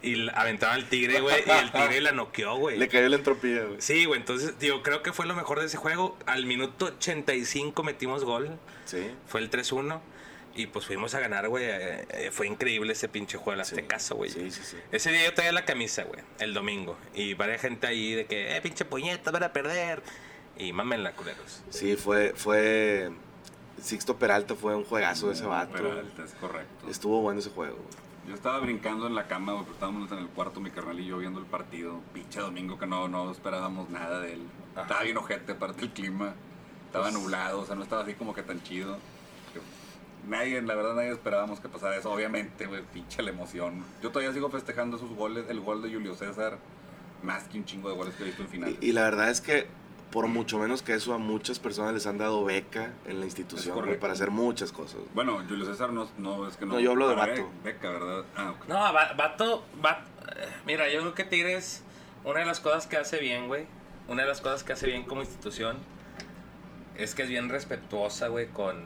Speaker 4: Y la- aventaron al tigre, güey, y el tigre la noqueó, güey.
Speaker 5: Le cayó la entropía, güey.
Speaker 4: Sí, güey, entonces, digo, creo que fue lo mejor de ese juego. Al minuto 85 metimos gol,
Speaker 5: Sí.
Speaker 4: fue el 3-1, y pues fuimos a ganar, güey. eh, eh, Fue increíble ese pinche juego, en
Speaker 5: Sí.
Speaker 4: este caso, güey.
Speaker 5: Sí, sí, sí.
Speaker 4: Ese día yo traía la camisa, güey, el domingo, y varias gente ahí de que, eh, pinche puñeta, van a perder. Y mámenla, culeros.
Speaker 5: Sí, fue. fue... Sixto Peralta fue un juegazo de ese vato.
Speaker 6: Peralta, es correcto.
Speaker 5: Estuvo bueno ese juego. güey.
Speaker 6: Yo estaba brincando en la cama, güey, pero estábamos en el cuarto, mi carnal y yo viendo el partido. Pinche domingo que no, no esperábamos nada de él.
Speaker 4: Ajá.
Speaker 6: Estaba bien ojete, aparte el clima. Estaba
Speaker 5: Pues-
Speaker 6: nublado, o sea, no estaba así como que tan chido. Nadie, la verdad, nadie esperábamos que pasara eso. Obviamente, güey, pinche la emoción. Yo todavía sigo festejando esos goles, el gol de Julio César, más que un chingo de goles que he visto en finales.
Speaker 5: Y, y la verdad es que, por mucho menos que eso, a muchas personas les han dado beca en la
Speaker 6: Es
Speaker 5: institución güey,
Speaker 6: correcto.
Speaker 5: para hacer muchas cosas. güey.
Speaker 6: Bueno, Julio César no, no es que no.
Speaker 5: No, yo hablo de
Speaker 6: Ah,
Speaker 5: vato.
Speaker 6: Be- Beca, ¿verdad? Ah, ok.
Speaker 4: No, va- vato, va- eh, mira, yo creo que Tigres, una de las cosas que hace bien, güey, una de las cosas que hace bien como institución es que es bien respetuosa, güey, con,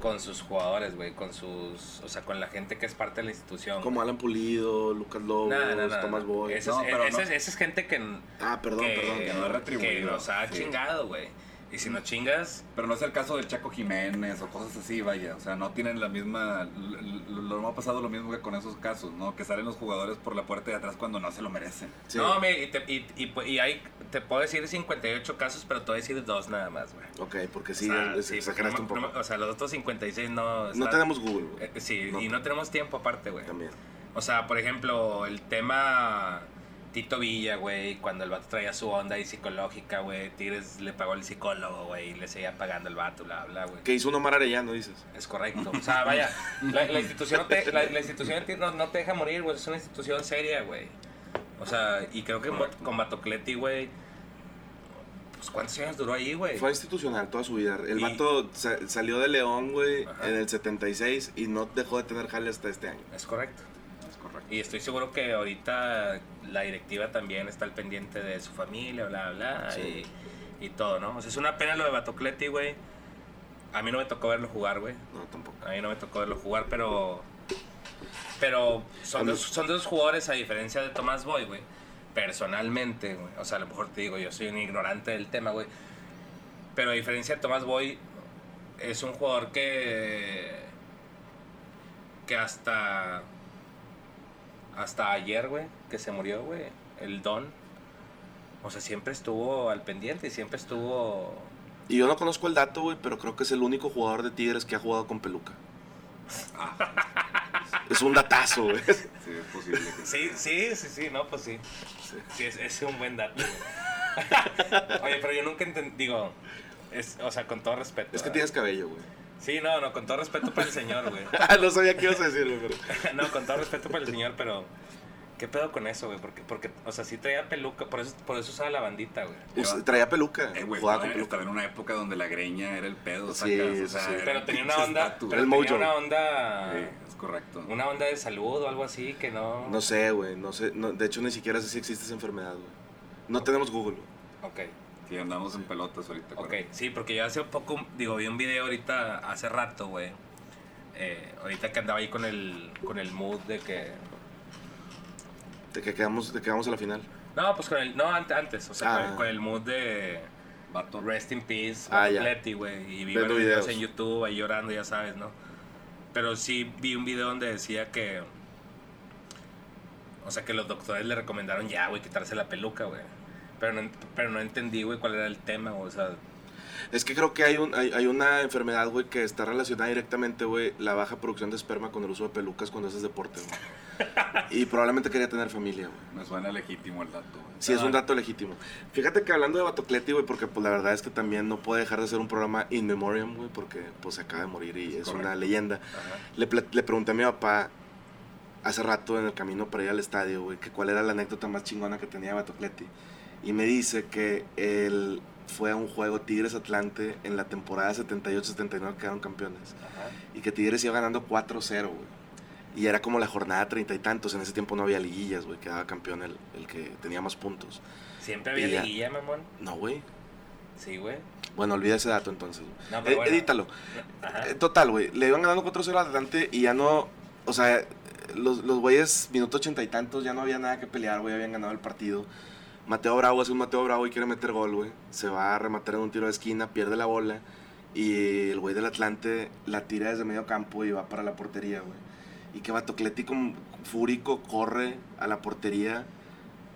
Speaker 4: con sus jugadores, güey, con sus, o sea, con la gente que es parte de la institución.
Speaker 5: Como Alan Pulido, Lucas Lobos,
Speaker 4: No, no, no,
Speaker 5: Tomás
Speaker 4: no.
Speaker 5: Boy.
Speaker 4: Esa
Speaker 6: No,
Speaker 4: es,
Speaker 6: pero
Speaker 4: esa
Speaker 6: no.
Speaker 4: es- esa es gente que, n-
Speaker 5: Ah, perdón,
Speaker 4: que-
Speaker 5: perdón.
Speaker 6: que no ha retribuido,
Speaker 4: que nos ha
Speaker 6: sí.
Speaker 4: chingado, güey. Y si nos chingas,
Speaker 6: Pero no es el caso del Chaco Jiménez o cosas así, vaya. O sea, no tienen la misma. l- l- Lo, no ha pasado lo mismo que con esos casos, ¿no? Que salen los jugadores por la puerta de atrás cuando no se lo merecen.
Speaker 5: Sí.
Speaker 4: no, me, y, te, y, y, pu- y hay, te puedo decir 58 casos, pero te voy a decir dos nada más, güey.
Speaker 5: Ok, porque sí,
Speaker 4: O sea,
Speaker 5: les
Speaker 4: sí,
Speaker 5: exageraste
Speaker 4: no
Speaker 5: un
Speaker 4: me-
Speaker 5: poco.
Speaker 4: no
Speaker 5: No,
Speaker 4: me- o sea, los otros 56 no. está-
Speaker 5: tenemos Google, güey.
Speaker 4: eh, sí,
Speaker 5: No
Speaker 4: y no tenemos tiempo aparte, güey.
Speaker 5: También.
Speaker 4: O sea, por ejemplo, el tema Tito Villa, güey, cuando el vato traía su onda ahí psicológica, güey, Tigres le pagó el psicólogo, güey, y le seguía pagando el vato, bla, bla, güey.
Speaker 5: Que hizo un Omar Arellano, dices.
Speaker 4: Es correcto. O sea, vaya, la, la institución, no te, la, la institución de ti no, no te deja morir, güey. Es una institución seria, güey. O sea, y creo que con Batocleti, güey, pues, ¿cuántos años duró ahí, güey?
Speaker 5: Fue institucional toda su vida. El
Speaker 4: Y-
Speaker 5: vato sa- salió de León, güey,
Speaker 4: Ajá.
Speaker 5: en el 76 y no dejó de tener jale hasta este año.
Speaker 4: Es correcto.
Speaker 6: Es correcto.
Speaker 4: Y estoy seguro que ahorita la directiva también está al pendiente de su familia, bla, bla,
Speaker 5: Sí.
Speaker 4: y, y todo, ¿no? O sea, es una pena lo de Batocleti, güey. A mí no me tocó verlo jugar, güey.
Speaker 5: No, tampoco.
Speaker 4: A mí no me tocó verlo jugar, pero. Pero son dos, son dos jugadores, a diferencia de Tomás Boy, güey. Personalmente, güey. O sea, a lo mejor te digo, yo soy un ignorante del tema, güey. Pero a diferencia de Tomás Boy, es un jugador que. que hasta. hasta ayer, güey, que se murió, güey. El Don. O sea, siempre estuvo al pendiente y siempre estuvo.
Speaker 5: Y yo no conozco el dato, güey, pero creo que es el único jugador de Tigres que ha jugado con peluca. es un datazo, güey.
Speaker 6: Sí, es posible. que-
Speaker 4: Sí, sí, sí, sí, no, pues sí. Sí, es, es un buen dato. Oye, pero yo nunca entendí, digo, es, o sea, con todo respeto.
Speaker 5: Es que
Speaker 4: ¿verdad?
Speaker 5: tienes cabello, güey.
Speaker 4: Sí, no, no, con todo respeto para el señor, güey.
Speaker 5: no sabía qué ibas a decir, güey, pero...
Speaker 4: No, con todo respeto para el señor, pero ¿qué pedo con eso, güey? Porque, porque o sea, sí traía peluca, por eso, por eso usaba la bandita, güey.
Speaker 5: Us- traía peluca,
Speaker 6: Eh, güey,
Speaker 5: jugaba
Speaker 6: estaba-
Speaker 5: con peluca.
Speaker 6: estaba en una época donde la greña era el pedo,
Speaker 5: Sí,
Speaker 6: sacas,
Speaker 5: sí,
Speaker 6: o sea,
Speaker 5: sí.
Speaker 6: era
Speaker 4: Pero
Speaker 6: un
Speaker 4: tenía una
Speaker 6: pinche
Speaker 4: onda,
Speaker 6: estatus.
Speaker 4: pero
Speaker 5: el
Speaker 4: tenía
Speaker 5: mojo.
Speaker 4: una onda,
Speaker 6: Sí, es correcto.
Speaker 4: una onda de salud o algo así que no...
Speaker 5: No sé, güey, no sé. no- de hecho, ni siquiera sé si existe esa enfermedad, güey. No tenemos Google. güey.
Speaker 4: Ok.
Speaker 6: Sí, andamos en pelotas ahorita.
Speaker 4: Ok,
Speaker 6: correcto.
Speaker 4: sí, porque yo hace poco, digo, vi un video ahorita, hace rato, güey. Eh, ahorita que andaba ahí con el, con el mood de que...
Speaker 5: De que quedamos, de que quedamos a la final.
Speaker 4: No, pues con el... No, ante- antes, o sea,
Speaker 5: Ah.
Speaker 4: con, el, con el mood de
Speaker 6: Vato.
Speaker 4: Rest in Peace,
Speaker 5: Ah, ya.
Speaker 4: Atleti, güey. Y vi
Speaker 5: Viendo
Speaker 4: varios videos
Speaker 5: videos.
Speaker 4: en YouTube ahí llorando, ya sabes, ¿no? Pero sí vi un video donde decía que... O sea, que los doctores le recomendaron ya, güey, quitarse la peluca, güey. Pero no, ent- pero no entendí, güey, cuál era el tema, güey, o sea...
Speaker 5: Es que creo que hay, un, hay, hay una enfermedad, güey, que está relacionada directamente, güey, la baja producción de esperma con el uso de pelucas cuando haces deporte, güey. y probablemente quería tener familia, güey.
Speaker 6: Me suena legítimo el dato, güey. Ah,
Speaker 5: Sí, es un dato legítimo. Fíjate que hablando de Batocleti, güey, porque pues la verdad es que también no puede dejar de ser un programa in memoriam, güey, porque pues se acaba de morir y es una
Speaker 6: correcto.
Speaker 5: leyenda.
Speaker 4: Ajá.
Speaker 5: Le, pla- le pregunté a mi papá hace rato en el camino para ir al estadio, güey, que cuál era la anécdota más chingona que tenía Batocleti. Y me dice que él fue a un juego Tigres Atlante en la temporada 78-79 quedaron campeones.
Speaker 4: Ajá.
Speaker 5: Y que Tigres iba ganando 4-0, güey. Y era como la jornada treinta y tantos. En ese tiempo no había liguillas, güey. Quedaba campeón el, el que tenía más puntos.
Speaker 4: Siempre había
Speaker 5: Y ya.
Speaker 4: liguilla, mamón.
Speaker 5: No, güey.
Speaker 4: Sí, güey.
Speaker 5: Bueno, olvida ese dato entonces. güey.
Speaker 4: No, pero
Speaker 5: Eh,
Speaker 4: bueno.
Speaker 5: Edítalo.
Speaker 4: Ajá.
Speaker 5: Eh, Total, güey. Le iban ganando 4-0 adelante y ya no. O sea, eh, los, los güeyes, minuto ochenta y tantos, ya no había nada que pelear, güey. Habían ganado el partido. Mateo Bravo hace un Mateo Bravo y quiere meter gol, güey. Se va a rematar en un tiro de esquina, pierde la bola. Y el güey del Atlante la tira desde medio campo y va para la portería, güey. Y que Batocleti como fúrico corre a la portería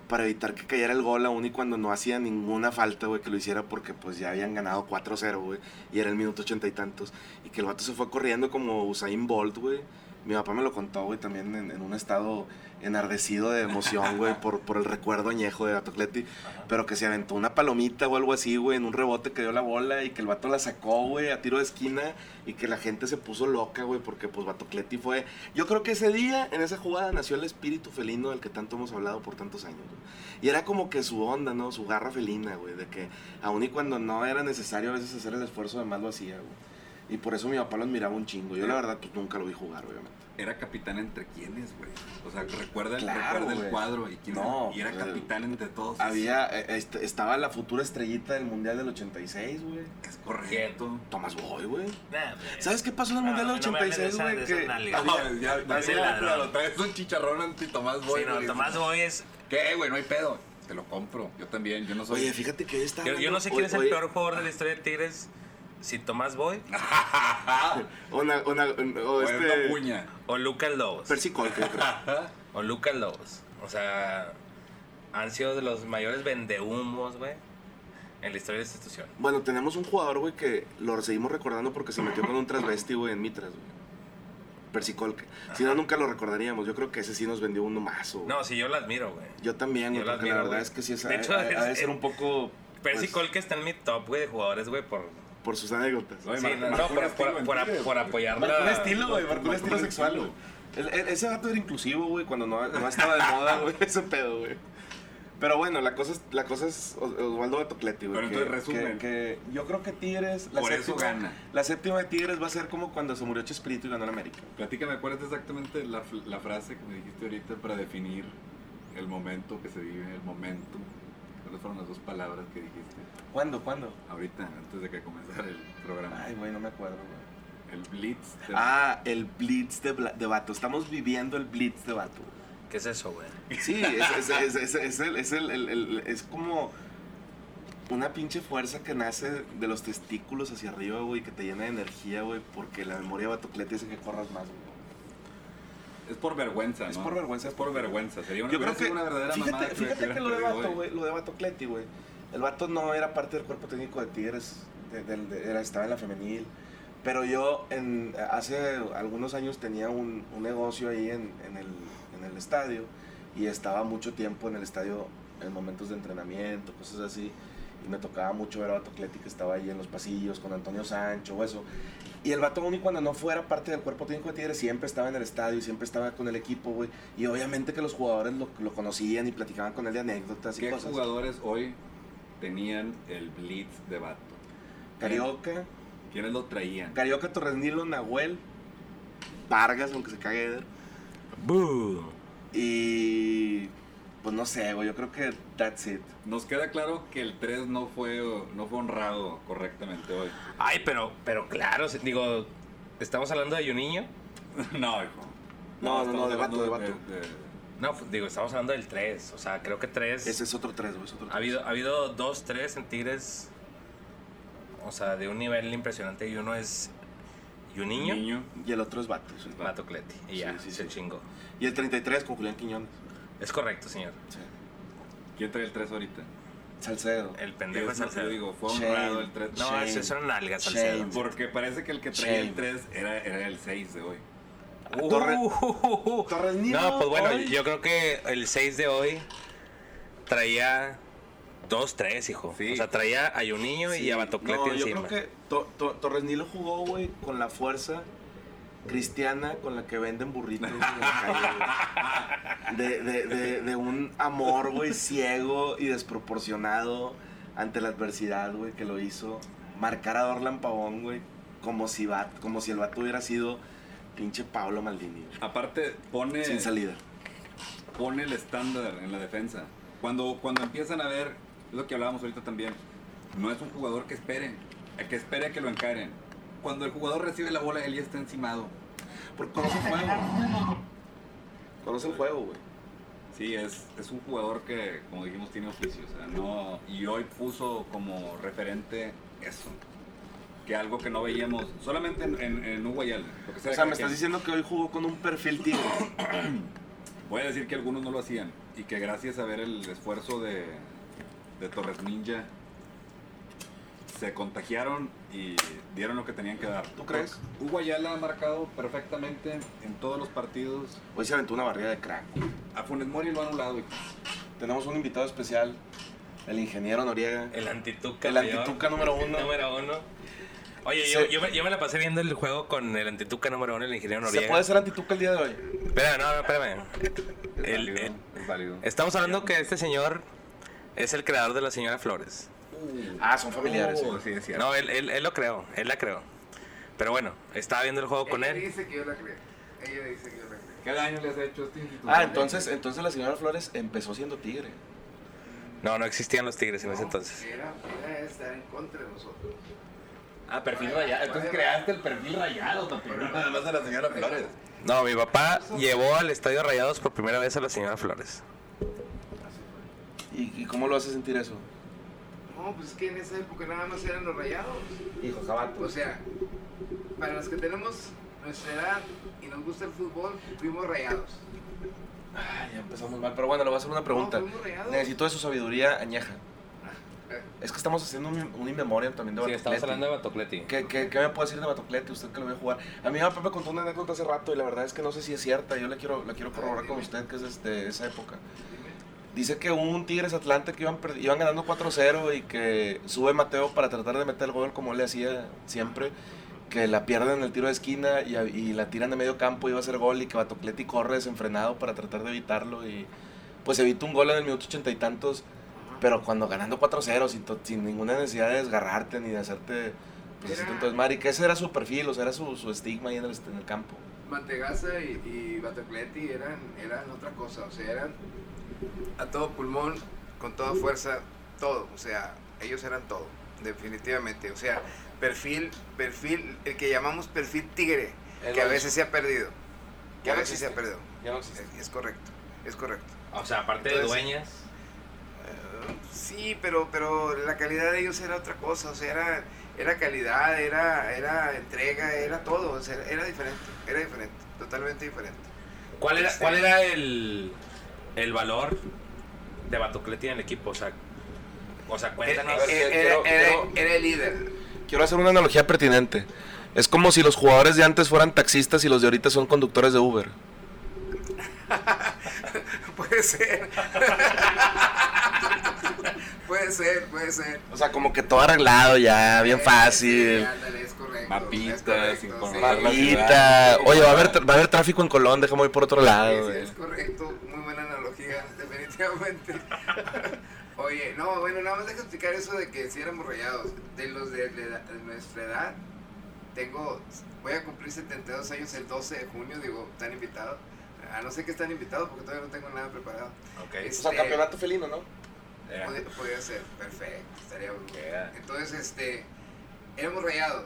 Speaker 5: para evitar que cayera el gol aún y cuando no hacía ninguna falta, güey, que lo hiciera porque pues ya habían ganado 4-0, güey, y era el minuto ochenta y tantos, y que el vato se fue corriendo como Usain Bolt, güey. Mi papá me lo contó, güey, también en, en un estado enardecido de emoción, güey, por, por el recuerdo añejo de Batocleti, pero que se aventó una palomita o algo así, güey, en un rebote que dio la bola y que el vato la sacó, güey, a tiro de esquina y que la gente se puso loca, güey, porque pues Batocleti fue... Yo creo que ese día, en esa jugada, nació el espíritu felino del que tanto hemos hablado por tantos años, güey. Y era como que su onda, ¿no? Su garra felina, güey. De que aun y cuando no era necesario a veces hacer el esfuerzo, además lo hacía, güey. Y por eso mi papá lo admiraba un chingo. Yo la verdad, pues nunca lo vi jugar, obviamente.
Speaker 6: Era capitán entre quiénes, güey. O sea, recuerda, el-
Speaker 5: Claro,
Speaker 6: recuerda el
Speaker 5: güey.
Speaker 6: cuadro y quién
Speaker 5: No,
Speaker 6: era. Y era
Speaker 5: güey.
Speaker 6: capitán entre todos.
Speaker 5: Había, eh, est- estaba la futura estrellita del Mundial del 86, güey.
Speaker 6: Es correcto.
Speaker 5: Tomás Boy, güey.
Speaker 4: Nah,
Speaker 5: ¿Sabes qué pasó en el
Speaker 4: No,
Speaker 5: Mundial del
Speaker 4: no me hables de
Speaker 5: 86,
Speaker 4: esa-
Speaker 5: güey?
Speaker 4: de esas
Speaker 5: que
Speaker 4: nalgas.
Speaker 5: había-
Speaker 6: No, ya, ya,
Speaker 4: Así
Speaker 6: ya,
Speaker 4: la-
Speaker 6: pero lo traes un chicharrón anti Tomás Boy.
Speaker 4: Sí, no,
Speaker 6: güey.
Speaker 4: Tomás Boy es...
Speaker 6: ¿Qué, güey? No hay pedo. Te lo compro. Yo también. Yo no soy.
Speaker 5: Oye, fíjate que hoy está...
Speaker 4: Yo, yo no sé
Speaker 5: hablando-
Speaker 4: quién es el
Speaker 5: hoy-
Speaker 4: peor jugador de la historia de Tigres, si Tomás Boy
Speaker 5: hoy- Una, una, un- o
Speaker 6: O es una
Speaker 5: este...
Speaker 6: puña.
Speaker 4: o Lucas Lobos.
Speaker 5: Percy Colque, yo creo.
Speaker 4: O Lucas Lobos. O sea, han sido de los mayores vendehumos, güey, en la historia de la institución.
Speaker 5: Bueno, tenemos un jugador, güey, que lo seguimos recordando porque se metió con un transvesti, güey, en Mitras, güey. Persicolque. Si no, nunca lo recordaríamos. Yo creo que ese sí nos vendió uno mazo. güey.
Speaker 4: No, sí, yo lo admiro, güey.
Speaker 5: Yo también,
Speaker 4: yo
Speaker 5: güey,
Speaker 4: lo
Speaker 5: porque la
Speaker 4: admiro,
Speaker 5: verdad
Speaker 4: güey.
Speaker 5: es que sí es...
Speaker 4: De hecho,
Speaker 5: ha, ha- ha de
Speaker 4: es-
Speaker 5: ser un poco...
Speaker 4: Percy
Speaker 5: pues,
Speaker 4: Colque está en mi top, güey, de jugadores, güey, por...
Speaker 5: Por sus anécdotas.
Speaker 6: Oye,
Speaker 4: Sí,
Speaker 6: marcó-
Speaker 4: no,
Speaker 6: marcó un
Speaker 4: por,
Speaker 6: estilo
Speaker 4: por-
Speaker 6: en
Speaker 4: por-
Speaker 6: Tigres,
Speaker 4: por
Speaker 6: güey.
Speaker 4: apoyar
Speaker 5: Marcó un
Speaker 4: la-
Speaker 5: estilo, güey. Marcó un estilo sexual, güey. El- el- ese gato era inclusivo, güey, cuando no, no estaba de moda, güey, ese pedo, güey. Pero bueno, la cosa es, la cosa es Os- Osvaldo Batocletti, güey.
Speaker 6: Pero entonces resumen.
Speaker 5: que, que yo creo que Tigres. La
Speaker 6: Por eso
Speaker 5: séptima,
Speaker 6: gana.
Speaker 5: La séptima de Tigres va a ser como cuando se murió Chespirito y ganó el América.
Speaker 6: Platícame, acuérdate exactamente la, fl- la frase que me dijiste ahorita para definir el momento que se vive, el momento. ¿Cuáles fueron las dos palabras que dijiste?
Speaker 5: ¿Cuándo? ¿Cuándo?
Speaker 6: Ahorita, antes de que comenzara el programa.
Speaker 5: Ay, güey, no me acuerdo, güey.
Speaker 6: El blitz. de-
Speaker 5: Ah, el Blitz de, bla- de Vato. Estamos viviendo el Blitz de Vato.
Speaker 4: ¿Qué es eso, güey?
Speaker 5: Sí, es, es, es, es, es el- es el- el- el- es como una pinche fuerza que nace de los testículos hacia arriba, güey, que te llena de energía, güey, porque la memoria de Batocleti hace que corras más, güey.
Speaker 6: Es por vergüenza,
Speaker 5: Es
Speaker 6: ¿no?
Speaker 5: por vergüenza.
Speaker 6: Es por vergüenza. Sería una,
Speaker 5: Yo creo
Speaker 6: hubiera sido
Speaker 5: que.
Speaker 6: una verdadera mamada
Speaker 5: fíjate fíjate
Speaker 6: hubiera
Speaker 5: que lo de
Speaker 6: perdido
Speaker 5: Vato,
Speaker 6: hoy.
Speaker 5: güey, lo de Vato Cleti, güey. El Vato no era parte del cuerpo técnico de Tigres, de- del- de- era- estaba en la femenil. Pero yo en, hace algunos años tenía un, un negocio ahí en, en el, en el estadio y estaba mucho tiempo en el estadio en momentos de entrenamiento, cosas así. Y me tocaba mucho ver a Vato Cleti que estaba ahí en los pasillos con Antonio Sancho o eso. Y el vato único cuando no fuera parte del cuerpo técnico de Tigres siempre estaba en el estadio, siempre estaba con el equipo, güey. Y obviamente que los jugadores lo, lo conocían y platicaban con él de anécdotas y
Speaker 6: ¿Qué
Speaker 5: cosas.
Speaker 6: jugadores hoy tenían el blitz de vato?
Speaker 5: Carioca,
Speaker 6: ¿Quiénes lo traían?
Speaker 5: Carioca Torres Nilo, Nahuel, Vargas, aunque se cague Eder.
Speaker 4: ¡Boo!
Speaker 5: Y pues no sé, güey, yo creo que that's it.
Speaker 6: Nos queda claro que el 3 no fue, no fue honrado correctamente hoy.
Speaker 4: Ay, pero, pero claro, se- digo, estamos hablando de un niño.
Speaker 6: No, hijo.
Speaker 5: No, no, no,
Speaker 6: estamos
Speaker 5: de vato, de
Speaker 6: hablando
Speaker 5: vato.
Speaker 4: No, pues, digo, estamos hablando del 3. O sea, creo que 3.
Speaker 5: Ese es otro tres, güey, es otro
Speaker 4: Ha
Speaker 5: tres.
Speaker 4: habido, ha habido dos, tres en Tigres. O sea, de un nivel impresionante. Y uno es. Y un niño.
Speaker 6: niño.
Speaker 5: Y el otro es Vatos. güey.
Speaker 4: Mato Cleti. Y ya,
Speaker 5: Sí, sí,
Speaker 4: se
Speaker 5: sí.
Speaker 4: chingó.
Speaker 5: Y el 33 con Julián Quiñones.
Speaker 4: Es correcto, señor.
Speaker 5: Sí.
Speaker 6: ¿Quién trae el 3 ahorita?
Speaker 5: Salcedo.
Speaker 4: El pendejo es
Speaker 6: Yo
Speaker 4: Salcedo.
Speaker 6: Yo digo, fue
Speaker 5: Shane.
Speaker 6: honrado el 3.
Speaker 4: No,
Speaker 5: Shane.
Speaker 4: ese son nalgas,
Speaker 5: Shane.
Speaker 4: Salcedo.
Speaker 6: Porque parece que el que traía
Speaker 5: Shane.
Speaker 6: el 3 era, era el 6 de hoy.
Speaker 4: Uh,
Speaker 5: Torre-
Speaker 4: uh, uh, uh.
Speaker 5: Torres Nilo,
Speaker 4: No, pues bueno,
Speaker 5: hoy.
Speaker 4: yo creo que el 6 de hoy traía dos, tres, hijo.
Speaker 6: Sí.
Speaker 4: O sea, traía a un niño y a Batocleti
Speaker 5: No,
Speaker 4: encima.
Speaker 5: Yo creo que To- To- Torres Nilo jugó, güey, con la fuerza cristiana con la que venden burritos güey, en la calle, güey. de, de- de- de un amor, güey, ciego y desproporcionado ante la adversidad, güey, que lo hizo. Marcar a Dorlan Pavón, güey, como si, va- como si el vato hubiera sido pinche Pablo Maldini. güey.
Speaker 6: Aparte, pone,
Speaker 5: Sin salida.
Speaker 6: pone el estándar en la defensa. Cuando, cuando empiezan a ver, es lo que hablábamos ahorita también, no es un jugador que espere, a que espere a que lo encaren. Cuando el jugador recibe la bola, él ya está encimado.
Speaker 5: Porque conoce el juego. Conoce el juego, güey.
Speaker 6: Sí, es, es un jugador que, como dijimos, tiene oficio. o sea, no, y hoy puso como referente eso. Que algo que no veíamos, solamente en, en, en un Guayala, lo que sea
Speaker 5: O sea,
Speaker 6: que-
Speaker 5: me estás
Speaker 6: que-
Speaker 5: diciendo que hoy jugó con un perfil tigre.
Speaker 6: Voy a decir que algunos no lo hacían y que gracias a ver el esfuerzo de, de Torres Ninja se contagiaron y dieron lo que tenían que dar.
Speaker 5: ¿Tú crees?
Speaker 6: Hugo Ayala ha marcado perfectamente en todos los partidos.
Speaker 5: Hoy se aventó una barrida de crack.
Speaker 6: A Funes Mori lo han anulado. y-
Speaker 5: Tenemos un invitado especial, el ingeniero Noriega.
Speaker 4: El antituca.
Speaker 5: El
Speaker 4: mayor.
Speaker 5: antituca número uno.
Speaker 4: Número uno. Oye,
Speaker 5: Se-
Speaker 4: yo, yo, me, yo me la pasé viendo el juego con el antituca número uno, el ingeniero Noriega.
Speaker 5: ¿Se puede ser antituca el día de hoy?
Speaker 4: Espera, no, no, espérame. El- el-
Speaker 6: es válido.
Speaker 4: estamos hablando que este señor es el creador de la señora Flores.
Speaker 5: Ah, son familiares.
Speaker 6: Oh,
Speaker 5: eh.
Speaker 6: sí, es cierto.
Speaker 4: No, él, él, él lo creó, él la creó. Pero bueno, estaba viendo el juego con
Speaker 8: Ella
Speaker 4: él.
Speaker 8: dice que yo la creo. Ella dice que yo la creo.
Speaker 6: ¿Qué daño les ha hecho este instituto?
Speaker 5: Ah, entonces, entonces la señora Flores empezó siendo tigre.
Speaker 4: No, no existían los tigres en ese entonces.
Speaker 8: Era, era estar en contra de nosotros.
Speaker 6: Ah, perfil rayado. Entonces creaste el perfil rayado, también. Nada más de la señora Flores.
Speaker 4: No, mi papá llevó al Estadio Rayados por primera vez a la señora Flores.
Speaker 5: ¿Y, y cómo lo hace sentir eso?
Speaker 8: No, pues es que en esa época nada más eran los rayados.
Speaker 5: Hijo
Speaker 2: pues.
Speaker 8: O sea, para los que tenemos nuestra edad y nos gusta el fútbol, fuimos rayados.
Speaker 5: Ah, ya empezamos mal. Pero bueno, le voy a hacer una pregunta.
Speaker 8: No, fuimos rayados.
Speaker 5: Necesito de su sabiduría añeja.
Speaker 8: Eh,
Speaker 5: Es que estamos haciendo un, un inmemorial también de Batocleti.
Speaker 4: Batocleti.
Speaker 5: ¿Qué, qué, qué me puede decir de Batocleti? Usted que lo ve jugar. A mí mi papá me contó una anécdota hace rato y la verdad es que no sé si es cierta. Yo la quiero, la quiero corroborar con usted, que es de, de esa época. Dice que hubo un Tigres Atlante que iban, perdi- iban ganando 4-0 y que sube Mateo para tratar de meter el gol como él le hacía siempre. Que la pierden en el tiro de esquina y, a- y la tiran de medio campo, iba a ser gol y que Batocleti corre desenfrenado para tratar de evitarlo y pues evita un gol en el minuto ochenta y tantos, pero cuando ganando 4-0, sin, to- sin ninguna necesidad de desgarrarte ni de hacerte, pues así
Speaker 8: Era-
Speaker 5: tanto desmadre, y que ese era su perfil, o sea, era su, su estigma ahí en el, este- en el campo.
Speaker 8: Mantegazza y, y Batacletti eran, eran otra cosa, o sea, eran a todo pulmón, con toda fuerza, todo, o sea, ellos eran todo, definitivamente, o sea, perfil, perfil, el que llamamos perfil tigre,
Speaker 5: El
Speaker 8: que a
Speaker 5: Bayern.
Speaker 8: veces se ha perdido, que
Speaker 5: Ya
Speaker 8: a
Speaker 5: no
Speaker 8: veces se ha
Speaker 5: existe.
Speaker 8: perdido,
Speaker 5: Ya no existe.
Speaker 8: es, es correcto, es correcto.
Speaker 4: O sea, aparte de
Speaker 8: Entonces-
Speaker 4: dueñas.
Speaker 8: Eh, Sí, pero, pero la calidad de ellos era otra cosa, o sea, era, era calidad, era, era entrega, era todo, o sea, era diferente, era diferente, totalmente diferente.
Speaker 4: ¿Cuál era, cuál era el, el valor de Batocleti en el equipo? O sea, o sea
Speaker 8: Era,
Speaker 4: cuéntanos.
Speaker 5: eh,
Speaker 8: era-
Speaker 5: quiero-
Speaker 8: era-
Speaker 5: quiero-
Speaker 8: era el líder.
Speaker 5: Quiero hacer una analogía pertinente. Es como si los jugadores de antes fueran taxistas y los de ahorita son conductores de Uber.
Speaker 8: Puede ser. puede ser, puede ser.
Speaker 5: O sea, como que todo arreglado ya, bien
Speaker 8: Eh, sí,
Speaker 5: fácil.
Speaker 8: ándale, es correcto,
Speaker 6: Mapitas,
Speaker 8: es correcto,
Speaker 6: informar
Speaker 8: sí.
Speaker 6: la
Speaker 8: Sí,
Speaker 5: Mamita. Oye, va a haber, tra- va a haber tráfico en Colón, déjame ir por otro lado.
Speaker 8: sí,
Speaker 5: güey.
Speaker 8: es correcto, muy buena analogía, definitivamente. Oye, no, bueno, nada más hay que explicar eso de que si éramos rayados. De los de, la edad- de nuestra edad, tengo, voy a cumplir 72 años el 12 de junio, digo, están invitados. A no ser que están invitados porque todavía no tengo nada preparado.
Speaker 4: Ok.
Speaker 5: O sea,
Speaker 8: Este,
Speaker 5: campeonato felino, ¿no?
Speaker 4: Era.
Speaker 8: Podría, podría ser, perfecto, estaría bueno.
Speaker 4: Yeah.
Speaker 8: Entonces, este, éramos rayados.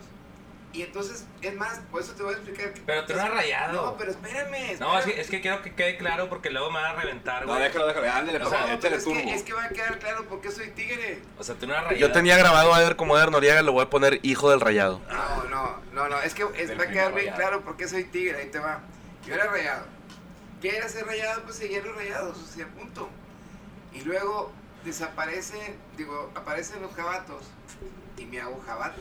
Speaker 8: Y entonces, es más, por eso te voy a explicar. que-
Speaker 4: Pero tú no eras rayado.
Speaker 8: No, pero espérame.
Speaker 4: No, es
Speaker 8: espérame.
Speaker 4: que, es que quiero que quede claro porque luego me van a reventar,
Speaker 6: No,
Speaker 4: güey.
Speaker 6: déjalo, déjalo. Ándale,
Speaker 4: O
Speaker 6: por
Speaker 4: sea,
Speaker 6: favor,
Speaker 8: No,
Speaker 6: échale
Speaker 8: pero es, que,
Speaker 6: turbo.
Speaker 8: es que va a quedar claro por qué soy tigre.
Speaker 4: O sea, tú no eras rayado.
Speaker 5: Yo tenía grabado a ver como Eder Noriega, le voy a poner hijo del rayado.
Speaker 8: No, no, no, no, es que es-
Speaker 4: Del
Speaker 8: va a quedar
Speaker 4: primer
Speaker 8: bien
Speaker 4: rayado.
Speaker 8: claro por qué soy tigre. Ahí te va. Yo era rayado. ¿Qué era ser rayado? Pues seguían los rayados, o sea, punto. Y luego desaparecen, digo, aparecen los jabatos y me hago jabato.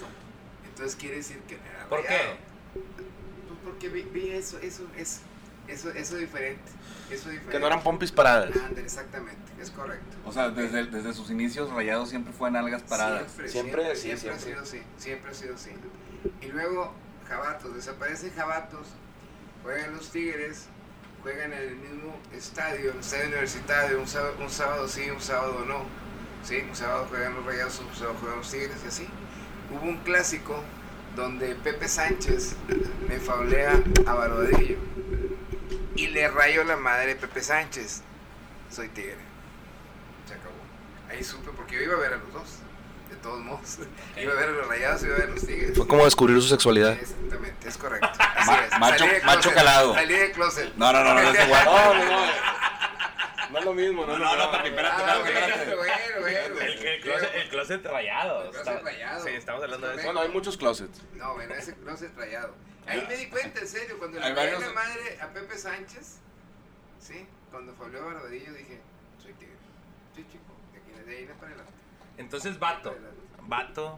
Speaker 8: Entonces quiere decir que no era
Speaker 4: ¿Por
Speaker 8: rayado.
Speaker 4: qué?
Speaker 8: Pues Porque vi, vi eso, eso, eso, eso, eso diferente. Eso diferente.
Speaker 5: Que no eran pompis paradas.
Speaker 8: Ándale, exactamente, es correcto.
Speaker 6: O sea, desde, desde sus inicios rayados siempre fue en algas paradas.
Speaker 8: Siempre,
Speaker 5: Siempre,
Speaker 8: siempre,
Speaker 5: sí,
Speaker 8: siempre ha sido así, siempre ha sido así. Y luego Jabatos, desaparecen Jabatos, juegan los Tigres, juegan en el mismo estadio, en el estadio universitario, un sábado, un sábado sí, un sábado no. Sí, un sábado juegan los Rayados, un sábado juegan los Tigres y así. Hubo un clásico donde Pepe Sánchez me faulea a Barodillo y le rayo la madre a Pepe Sánchez. Soy tigre. Se acabó. Ahí supe porque yo iba a ver a los dos. De todos modos. Iba a ver a los rayados y iba a ver a los tigres.
Speaker 5: Fue como descubrir su sexualidad.
Speaker 8: Exactamente, es correcto. Así
Speaker 6: Ma-
Speaker 8: es. Salí
Speaker 6: macho-
Speaker 8: de
Speaker 6: macho
Speaker 8: closet,
Speaker 6: calado.
Speaker 8: Salí de closet.
Speaker 6: No, no, no, no, no es igual.
Speaker 5: No, no, no. No es lo mismo,
Speaker 6: No, no, no, papi, espérate,
Speaker 8: Ah,
Speaker 6: espérate,
Speaker 8: bueno,
Speaker 6: espérate.
Speaker 8: bueno, bueno.
Speaker 4: El, el closet, el closet rayado.
Speaker 8: El closet
Speaker 4: Está-
Speaker 8: rayado.
Speaker 4: Sí, estamos hablando de eso.
Speaker 5: Bueno, hay muchos closets.
Speaker 8: No, bueno, ese closet rayado. Ahí me di cuenta, en serio, cuando
Speaker 6: Hay
Speaker 8: le rayé la
Speaker 6: varios-
Speaker 8: madre a Pepe Sánchez, ¿sí? Cuando fauleo a Barbadillo dije, soy tigre. Soy chico. De aquí de ahí no para adelante.
Speaker 4: Entonces, vato. Vato.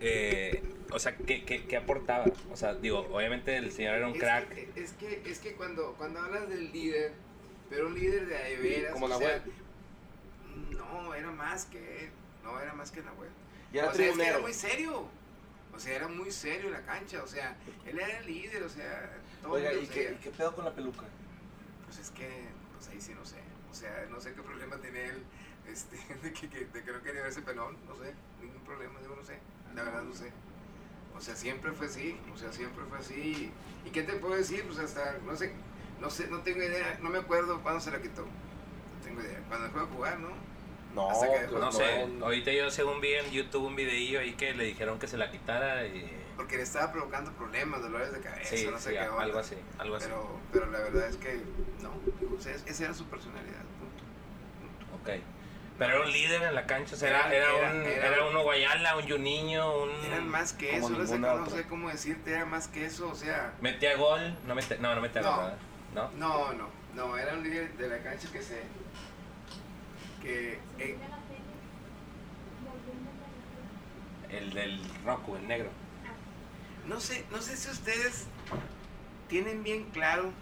Speaker 4: eh, o sea, ¿qué, qué, qué aportaba? O sea, digo, obviamente el señor era un
Speaker 8: Es
Speaker 4: crack.
Speaker 8: que- Es que, es que, cuando, cuando hablas del líder, pero un líder de de veras.
Speaker 5: Como
Speaker 8: o
Speaker 5: Nahuel.
Speaker 8: sea, No, era más que él. No, era más que Nahuel.
Speaker 5: Y era
Speaker 8: o sea, es que era
Speaker 5: tribunero.
Speaker 8: muy serio. O sea, era muy serio en la cancha. O sea, él era el líder, o sea, todo.
Speaker 5: Oiga,
Speaker 8: o
Speaker 5: ¿y qué,
Speaker 8: sea,
Speaker 5: y qué pedo con la peluca?
Speaker 8: Pues es que, pues ahí sí no sé. O sea, no sé qué problema tiene él. Este, de que, que- de que no quería verse pelón, no sé. Ningún problema, yo no sé. La verdad no sé. O sea, siempre fue así, o sea, siempre fue así. ¿Y qué te puedo decir? Pues hasta, no sé, no sé, no tengo idea, no me acuerdo cuándo se la quitó. No tengo idea. Cuando dejó de jugar, ¿no?
Speaker 5: No,
Speaker 8: Hasta que dejó-
Speaker 4: No sé,
Speaker 5: no.
Speaker 4: ahorita yo según vi en YouTube un videillo ahí que le dijeron que se la quitara y...
Speaker 8: Porque le estaba provocando problemas, dolores de cabeza,
Speaker 4: Sí,
Speaker 8: no sé
Speaker 4: sí,
Speaker 8: qué onda.
Speaker 4: algo así, algo así.
Speaker 8: Pero, pero la verdad es que no. O sea, es- esa era su personalidad, punto.
Speaker 4: Ok. Pero era un líder en la cancha, o sea, era, era,
Speaker 8: Era-
Speaker 4: un,
Speaker 8: era-
Speaker 4: era un Guayala, un Juninho, un...
Speaker 8: Eran más que
Speaker 5: Como
Speaker 8: eso, no sé,
Speaker 5: ninguna
Speaker 8: no
Speaker 5: otra.
Speaker 8: sé cómo decirte, era más que eso, o sea,
Speaker 4: Metía gol, no metía, no, no metía
Speaker 8: No.
Speaker 4: gol, ¿verdad? ¿no?
Speaker 8: no, no, no, era un líder de la cancha que se, que, eh,
Speaker 4: El del Roku, el negro.
Speaker 8: no sé, no sé si ustedes tienen bien claro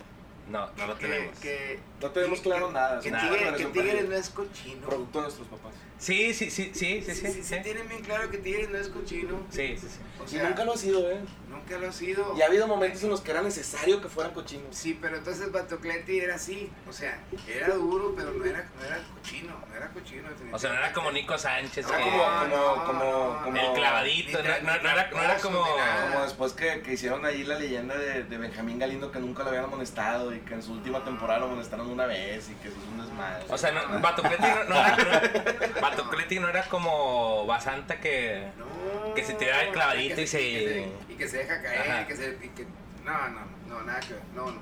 Speaker 4: No, no lo
Speaker 8: que-
Speaker 4: tenemos.
Speaker 8: que-
Speaker 5: No tenemos claro
Speaker 8: que-
Speaker 5: nada,
Speaker 8: Que,
Speaker 5: nada,
Speaker 8: Tigre-
Speaker 5: no es
Speaker 8: que
Speaker 5: un
Speaker 8: Tigres
Speaker 5: partido.
Speaker 8: no es cochino.
Speaker 5: Producto de nuestros papás.
Speaker 4: Sí, sí, sí, sí, sí,
Speaker 8: Sí,
Speaker 4: sí.
Speaker 8: sí, sí, tienen bien claro que Tigres no es cochino.
Speaker 4: Sí, sí, sí.
Speaker 8: O
Speaker 5: Y
Speaker 8: sea,
Speaker 5: nunca lo ha sido, ¿eh?
Speaker 8: nunca lo ha sido.
Speaker 5: Y ha habido momentos en los que era necesario que fueran cochinos.
Speaker 8: Sí, pero entonces Batocleti era así. O sea, era duro, pero no era, no era cochino. No era cochino.
Speaker 4: O sea, no era como Nico Sánchez.
Speaker 8: No,
Speaker 4: que-
Speaker 5: como- como-
Speaker 8: Ah, no,
Speaker 5: como-
Speaker 8: no.
Speaker 4: el clavadito.
Speaker 8: Ni
Speaker 4: No,
Speaker 8: tra-
Speaker 4: no- no era, no era como.
Speaker 8: ni nada.
Speaker 5: Como después que, que hicieron ahí la leyenda de, de Benjamín Galindo que nunca lo habían amonestado y que en su última temporada lo amonestaron una vez y que eso es un desmadre.
Speaker 4: O sea, no, Batocleti no, no era, no- Batocleti no era como Basanta que.
Speaker 8: No.
Speaker 4: Que se tiraba el clavadito
Speaker 8: Que
Speaker 4: y se-
Speaker 8: que se- Y que se deja caer.
Speaker 4: Ajá.
Speaker 8: y que se, y que- no, no, no, nada que ver. No, no.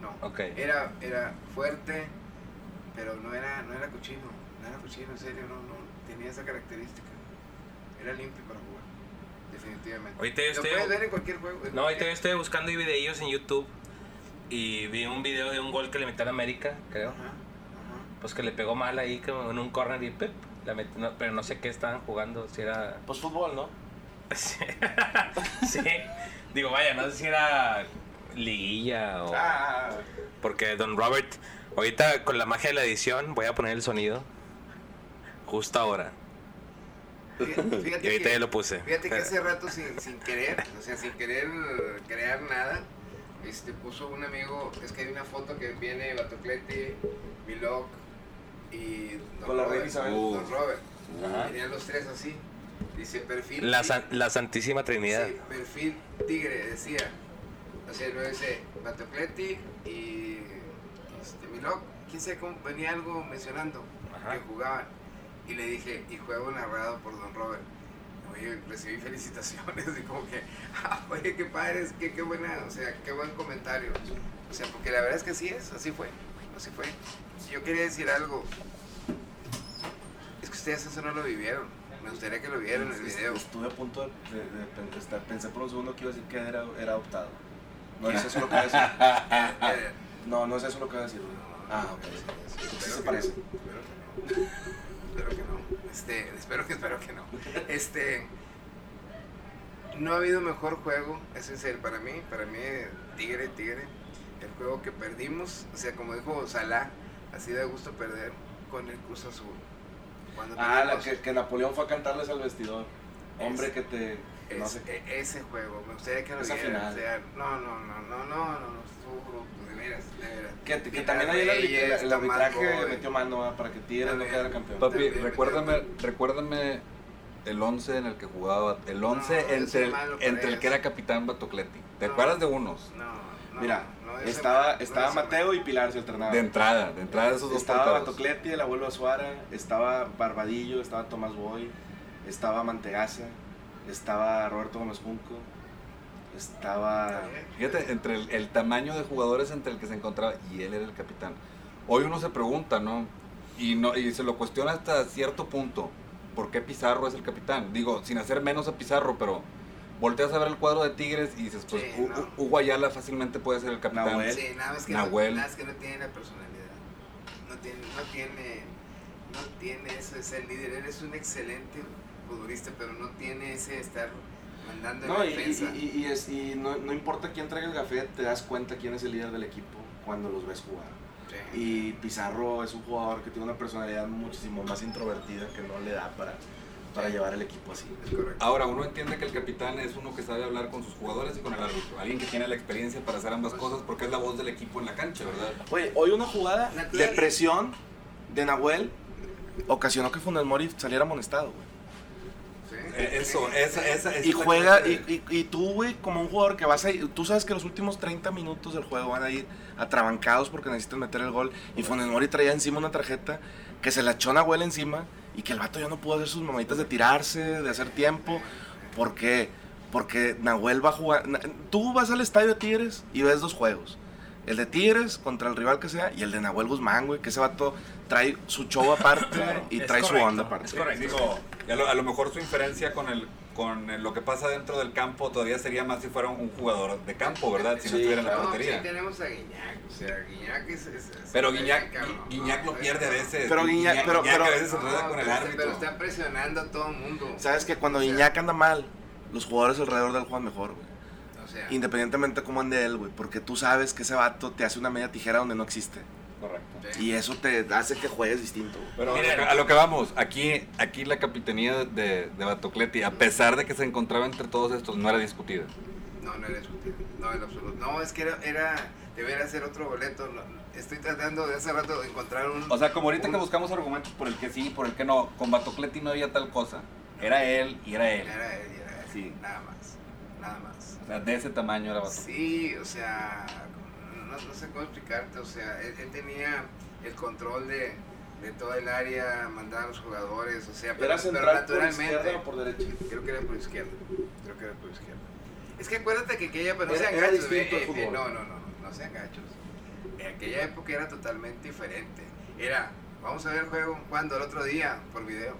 Speaker 8: no.
Speaker 4: Ok.
Speaker 8: Era, era fuerte, pero no era, no era cochino. No era cochino, en serio, no, no. Tenía esa característica. Era limpio para jugar. Definitivamente.
Speaker 4: Ahorita yo
Speaker 8: Lo
Speaker 4: estoy-
Speaker 8: puedes ver en cualquier juego. en
Speaker 4: No, ahorita yo
Speaker 8: cualquier-
Speaker 4: estoy buscando videos en YouTube y vi un video de un gol que le metió a la América, creo.
Speaker 8: Ajá, ajá.
Speaker 4: Pues que le pegó mal ahí como en un corner y pep. la metió, no, pero no sé qué estaban jugando, si era...
Speaker 5: Pues fútbol, ¿no?
Speaker 4: sí. Digo, vaya, no sé si era liguilla o...
Speaker 5: Ah,
Speaker 4: Porque Don Robert, ahorita con la magia de la edición voy a poner el sonido justo ahora.
Speaker 8: Fíjate-
Speaker 4: Y
Speaker 8: fíjate
Speaker 4: ahorita
Speaker 8: que-
Speaker 4: ya lo puse.
Speaker 8: Fíjate que hace rato sin, sin querer, o sea, sin querer crear nada, este, puso un amigo, es que hay una foto que viene Batoclete, Milok y Don
Speaker 5: Con la
Speaker 8: Robert,
Speaker 5: reina Isabel.
Speaker 8: Don Robert.
Speaker 4: Uh. Ajá.
Speaker 8: Venían los tres así. Dice perfil.
Speaker 4: La,
Speaker 8: ti-
Speaker 4: san- la Santísima
Speaker 8: sí,
Speaker 4: Trinidad.
Speaker 8: perfil tigre, decía. O sea, luego dice Batocleti y este, Milok, quién sabe cómo venía algo mencionando
Speaker 4: Ajá.
Speaker 8: que jugaban. Y le dije, y juego narrado por Don Robert. Oye, recibí felicitaciones y como que, "Ah, oye, qué padre, es que- qué buena, o sea, qué buen comentario. O sea, porque la verdad es que así es, así fue, así fue. Yo quería decir algo, es que ustedes eso no lo vivieron, me gustaría que lo vieran en el video. Eh,
Speaker 5: Estuve a punto de, de- de pensar, pensé por un segundo que iba a decir que era, era adoptado. No es eso lo que iba a decir. Ah,
Speaker 8: Eh,
Speaker 5: No, no es eso lo que iba a decir. güey. Ah, ok. Sí se parece.
Speaker 8: Espero que no. Este, espero que, espero que no. Este, no ha habido mejor juego, eso es el para mí, para mí, Tigre, Tigre. El juego que perdimos, o sea, como dijo Salah, así da gusto perder con el Cruz Azul. Cuando
Speaker 5: Ah, la
Speaker 8: perdimos,
Speaker 5: que, que Napoleón fue a cantarles al vestidor. Hombre que te...
Speaker 8: es-
Speaker 5: No sé qué.
Speaker 8: e- ese juego, me gustaría que lo
Speaker 5: Esa
Speaker 8: vieran,
Speaker 5: final.
Speaker 8: o sea, no, no, no, no, no, no, no, estuvo, de veras, de veras.
Speaker 5: Que, que
Speaker 8: Pilar
Speaker 5: también ahí el, arbitra-
Speaker 8: Reyes,
Speaker 5: el
Speaker 8: Tomás
Speaker 5: arbitraje
Speaker 8: Boy.
Speaker 5: metió mano ah, para que Tigres no quedara campeón.
Speaker 6: Papi, recuérdame, recuérdame el 11 en el que jugaba, el 11
Speaker 8: No, yo soy
Speaker 6: entre, el-
Speaker 8: malo para
Speaker 6: entre el que
Speaker 8: eso.
Speaker 6: era capitán Batocleti. ¿Te
Speaker 8: No.
Speaker 6: acuerdas de unos?
Speaker 8: No, no,
Speaker 5: Mira,
Speaker 8: no, ese
Speaker 5: estaba,
Speaker 8: mal, no,
Speaker 5: estaba
Speaker 8: ese mal.
Speaker 5: Mateo y Pilar se alternaban.
Speaker 6: De entrada, de entrada de esos dos
Speaker 5: estaba
Speaker 6: porteros.
Speaker 5: Batocleti, el abuelo Azuara, estaba Barbadillo, estaba Tomás Boy, estaba Mantegasa, estaba Roberto Gómez Junco, estaba...
Speaker 6: Fíjate, entre el, el tamaño de jugadores entre el que se encontraba y él era el capitán. Hoy uno se pregunta, ¿no? Y, no, y se lo cuestiona hasta cierto punto. ¿Por qué Pizarro es el capitán? Digo, sin hacer menos a Pizarro, pero volteas a ver el cuadro de Tigres y dices, pues
Speaker 8: Sí,
Speaker 6: U-
Speaker 8: no.
Speaker 6: U- Hugo Ayala fácilmente puede ser el capitán.
Speaker 5: Nahuel.
Speaker 8: Sí, nada más que,
Speaker 6: Nahuel.
Speaker 8: No, nada más que no tiene la personalidad. No tiene, no tiene, no tiene eso de ser líder. Él es un excelente futbolista, pero no tiene ese de estar mandando en
Speaker 5: No,
Speaker 8: la
Speaker 5: y,
Speaker 8: defensa.
Speaker 5: y- y- y es- y no, no importa quién traiga el café, te das cuenta quién es el líder del equipo cuando los ves jugar.
Speaker 8: Sí.
Speaker 5: Y Pizarro es un jugador que tiene una personalidad muchísimo más introvertida que no le da para, para llevar el equipo así.
Speaker 8: Es correcto.
Speaker 6: Ahora, uno entiende que el capitán es uno que sabe hablar con sus jugadores y con el árbitro. Alguien que tiene la experiencia para hacer ambas cosas porque es la voz del equipo en la cancha, ¿verdad?
Speaker 5: Oye, hoy una jugada de
Speaker 8: Natural.
Speaker 5: presión de Nahuel ocasionó que Funes Mori saliera amonestado, güey.
Speaker 8: Sí.
Speaker 6: Eh, Eso, esa, esa, esa
Speaker 5: Y
Speaker 6: es la
Speaker 5: juega,
Speaker 6: clase
Speaker 5: y,
Speaker 6: de-
Speaker 5: y- y tú, güey, como un jugador que vas a ir, tú sabes que los últimos 30 minutos del juego van a ir atrabancados porque necesitan meter el gol. Y Funes Mori traía encima una tarjeta que se la echó Nahuel encima y que el vato ya no pudo hacer sus mamaditas de tirarse, de hacer tiempo. ¿Por qué? Porque Nahuel va a jugar. Na- Tú vas al estadio de Tigres y ves dos juegos. El de Tigres contra el rival que sea y el de Nahuel Guzmán, güey, que ese vato trae su show aparte y
Speaker 4: Es
Speaker 5: trae su
Speaker 4: correcto,
Speaker 5: onda
Speaker 4: es
Speaker 5: aparte.
Speaker 4: correcto.
Speaker 6: Digo, y a, lo, a lo mejor su inferencia con el con el- lo que pasa dentro del campo todavía sería más si fuera un, un jugador de campo, ¿verdad? Si no
Speaker 5: Sí,
Speaker 6: estuviera en la
Speaker 8: No, sí
Speaker 6: portería.
Speaker 8: tenemos a Guiñac, o sea, Guiñac es... es- es-
Speaker 6: Pero
Speaker 8: es-
Speaker 6: Guiñac,
Speaker 8: cabrón,
Speaker 6: Gui- Guiñac lo
Speaker 8: no,
Speaker 6: pierde a
Speaker 8: no.
Speaker 6: veces.
Speaker 5: Pero Guiñac- pero-
Speaker 6: Guiñac a
Speaker 5: pero-
Speaker 6: veces se enreda con el
Speaker 8: pero- Pero
Speaker 6: árbitro.
Speaker 8: está presionando a todo el mundo.
Speaker 5: Sabes que cuando
Speaker 8: O sea,
Speaker 5: Iñak anda mal, los jugadores alrededor del juegan mejor, güey.
Speaker 8: o sea.
Speaker 5: Independientemente de cómo ande él, güey. Porque tú sabes que ese vato te hace una media tijera donde no existe.
Speaker 6: Correcto.
Speaker 8: sí.
Speaker 5: Y eso te hace que juegues distinto, güey.
Speaker 6: Pero a lo que vamos, aquí, aquí la capitanía de, de Batocleti, a pesar de que se encontraba entre todos estos, no era discutida.
Speaker 8: No, no era discutible. No, en absoluto. No, es que era, era deber hacer otro boleto. No, no. estoy tratando de hace rato de encontrar un.
Speaker 6: O sea, como ahorita que buscamos argumentos por el que sí, por el que no, con Batocleti no había tal cosa. Era él y era él.
Speaker 8: Era él, era él.
Speaker 6: Sí.
Speaker 8: Nada más. Nada más.
Speaker 6: O sea, de ese tamaño era Batocleti.
Speaker 8: Sí, o sea, no, no sé cómo explicarte, o sea, él, él tenía el control de, de todo el área, mandaba a los jugadores, o sea, pero,
Speaker 5: ¿Era
Speaker 8: pero
Speaker 5: central por
Speaker 8: naturalmente,
Speaker 5: izquierda o por derecha?
Speaker 8: creo que era por izquierda, creo que era por izquierda. Es que acuérdate que aquella, pero no
Speaker 5: Era-
Speaker 8: sean
Speaker 5: era
Speaker 8: gachos,
Speaker 5: distinto
Speaker 8: eh,
Speaker 5: el
Speaker 8: eh,
Speaker 5: fútbol.
Speaker 8: no, no, no, no, no sean gachos. En aquella época era totalmente diferente, era, vamos a ver el juego, cuando El otro día, por video.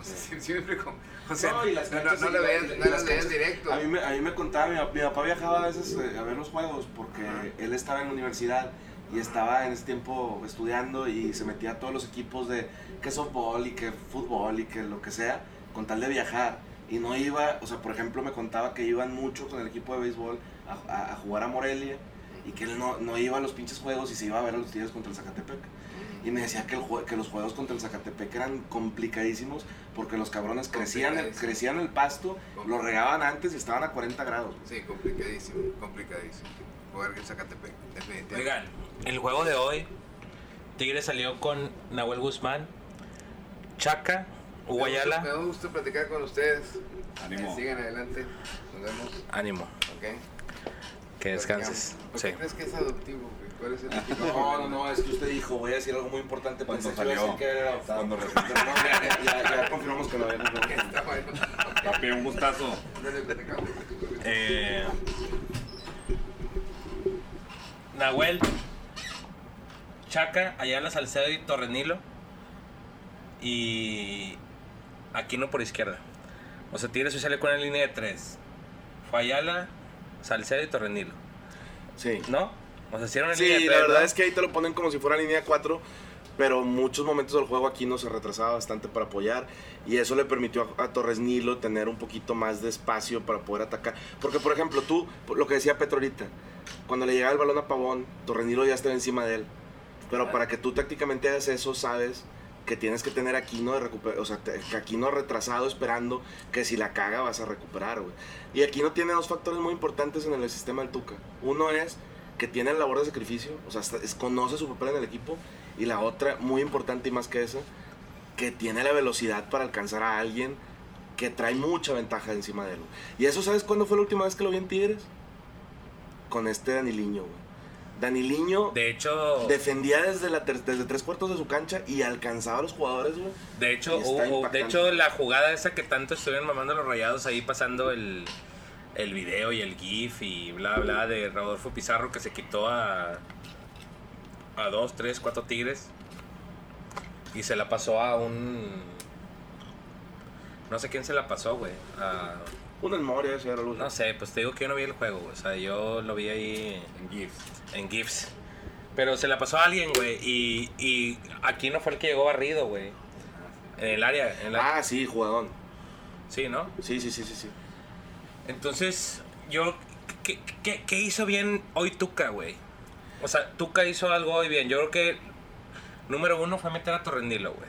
Speaker 8: O sea, si- siempre con, o sea, no,
Speaker 5: No, y las
Speaker 8: no,
Speaker 5: canchas
Speaker 8: no lo
Speaker 5: y-
Speaker 8: veías,
Speaker 5: y- y
Speaker 8: no lo
Speaker 5: las
Speaker 8: veías
Speaker 5: canchas.
Speaker 8: directo.
Speaker 5: A mí, me, a mí me contaba, mi, pap- mi papá viajaba a veces eh, a ver los juegos porque
Speaker 8: Ajá.
Speaker 5: él estaba en la universidad y estaba en ese tiempo estudiando y se metía a todos los equipos de que softball y que fútbol y que lo que sea con tal de viajar. Y no iba, o sea, por ejemplo, me contaba que iban mucho con el equipo de béisbol a, a- a jugar a Morelia y que él no, no iba a los pinches juegos y se iba a ver a los Tigres contra el Zacatepec. Y me decía que, el jue- que los juegos contra el Zacatepec eran complicadísimos porque los cabrones crecían, el-
Speaker 8: Complicadísimo.
Speaker 5: crecían el pasto, lo regaban antes y estaban a 40 grados.
Speaker 8: Sí, complicadísimo, complicadísimo. Jugar en Zacatepec, definitivamente.
Speaker 4: Oigan, el juego de hoy, Tigre salió con Nahuel Guzmán, Chaca,
Speaker 8: Me
Speaker 4: Uguayala.
Speaker 8: da un gusto platicar con ustedes.
Speaker 6: Ánimo.
Speaker 8: Eh, sigan adelante, nos vemos,
Speaker 4: Ánimo,
Speaker 8: ¿ok?
Speaker 4: que descanses.
Speaker 8: ¿Por
Speaker 4: Sí.
Speaker 8: qué crees que es adoptivo? güey? ¿Cuál es el equipo?
Speaker 5: No, no, no, es que usted dijo, voy a decir algo muy importante
Speaker 6: Cuando
Speaker 5: pensé que iba a decir
Speaker 6: salió,
Speaker 5: que era adoptado.
Speaker 6: cuando
Speaker 5: Pero
Speaker 6: resultó.
Speaker 5: no, ya, ya- ya- ya confirmamos que no era adoptado.
Speaker 8: Está bueno.
Speaker 6: Papi, un gustazo.
Speaker 8: Ándale, platicamos.
Speaker 4: Eh, Nahuel, Chaca, Ayala Salcedo y Torrenilo. Y Aquino por izquierda. O sea, Tigres hoy sale con la línea de tres. Fue Ayala, Salcedo y Torrenilo.
Speaker 5: Sí.
Speaker 4: ¿No? O sea, hicieron
Speaker 5: Sí, la verdad es que ahí te lo ponen como si fuera línea 4, pero muchos momentos del juego aquí no se retrasaba bastante para apoyar y eso le permitió a, a Torres Nilo tener un poquito más de espacio para poder atacar. Porque, por ejemplo, tú, lo que decía Petro ahorita, cuando le llegaba el balón a Pavón, Torres Nilo ya estaba encima de él. Pero para que tú tácticamente hagas eso, sabes que tienes que tener a Aquino, de recuper- o sea, te- que Aquino retrasado esperando que si la caga vas a recuperar, güey. Y Aquino tiene dos factores muy importantes en el sistema del Tuca. Uno es que tiene la labor de sacrificio, o sea, está- es- conoce su papel en el equipo. Y la otra, muy importante y más que esa, que tiene la velocidad para alcanzar a alguien que trae mucha ventaja encima de él. güey. Y eso, ¿sabes cuándo fue la última vez que lo vi en Tigres? Con este Daniliño, güey. Daniliño
Speaker 4: De hecho, de,
Speaker 5: defendía desde, la ter- desde tres cuartos de su cancha y alcanzaba a los jugadores, güey.
Speaker 4: hecho,
Speaker 5: y está
Speaker 4: hubo- de
Speaker 5: impactante.
Speaker 4: hecho, la jugada esa que tanto estuvieron mamando los rayados ahí pasando el, el video y el GIF y bla bla de Rodolfo Pizarro que se quitó a, a dos, tres, cuatro tigres y se la pasó a un. No sé quién se la pasó, güey. a-
Speaker 5: Una memoria, ese era luz.
Speaker 4: no sé, pues te digo que yo no vi el juego, güey, o sea, yo lo vi ahí.
Speaker 6: En GIFs.
Speaker 4: en GIFs. Pero se la pasó a alguien, güey. Y, y aquí no fue el que llegó barrido, güey. En el área. En la...
Speaker 5: Ah, sí, jugadón.
Speaker 4: Sí, ¿no?
Speaker 5: Sí, sí, sí, sí, sí.
Speaker 4: Entonces, yo. ¿Qué, qué- qué hizo bien hoy Tuca, güey? O sea, Tuca hizo algo hoy bien. Yo creo que. Número uno fue meter a Torrendilo, güey.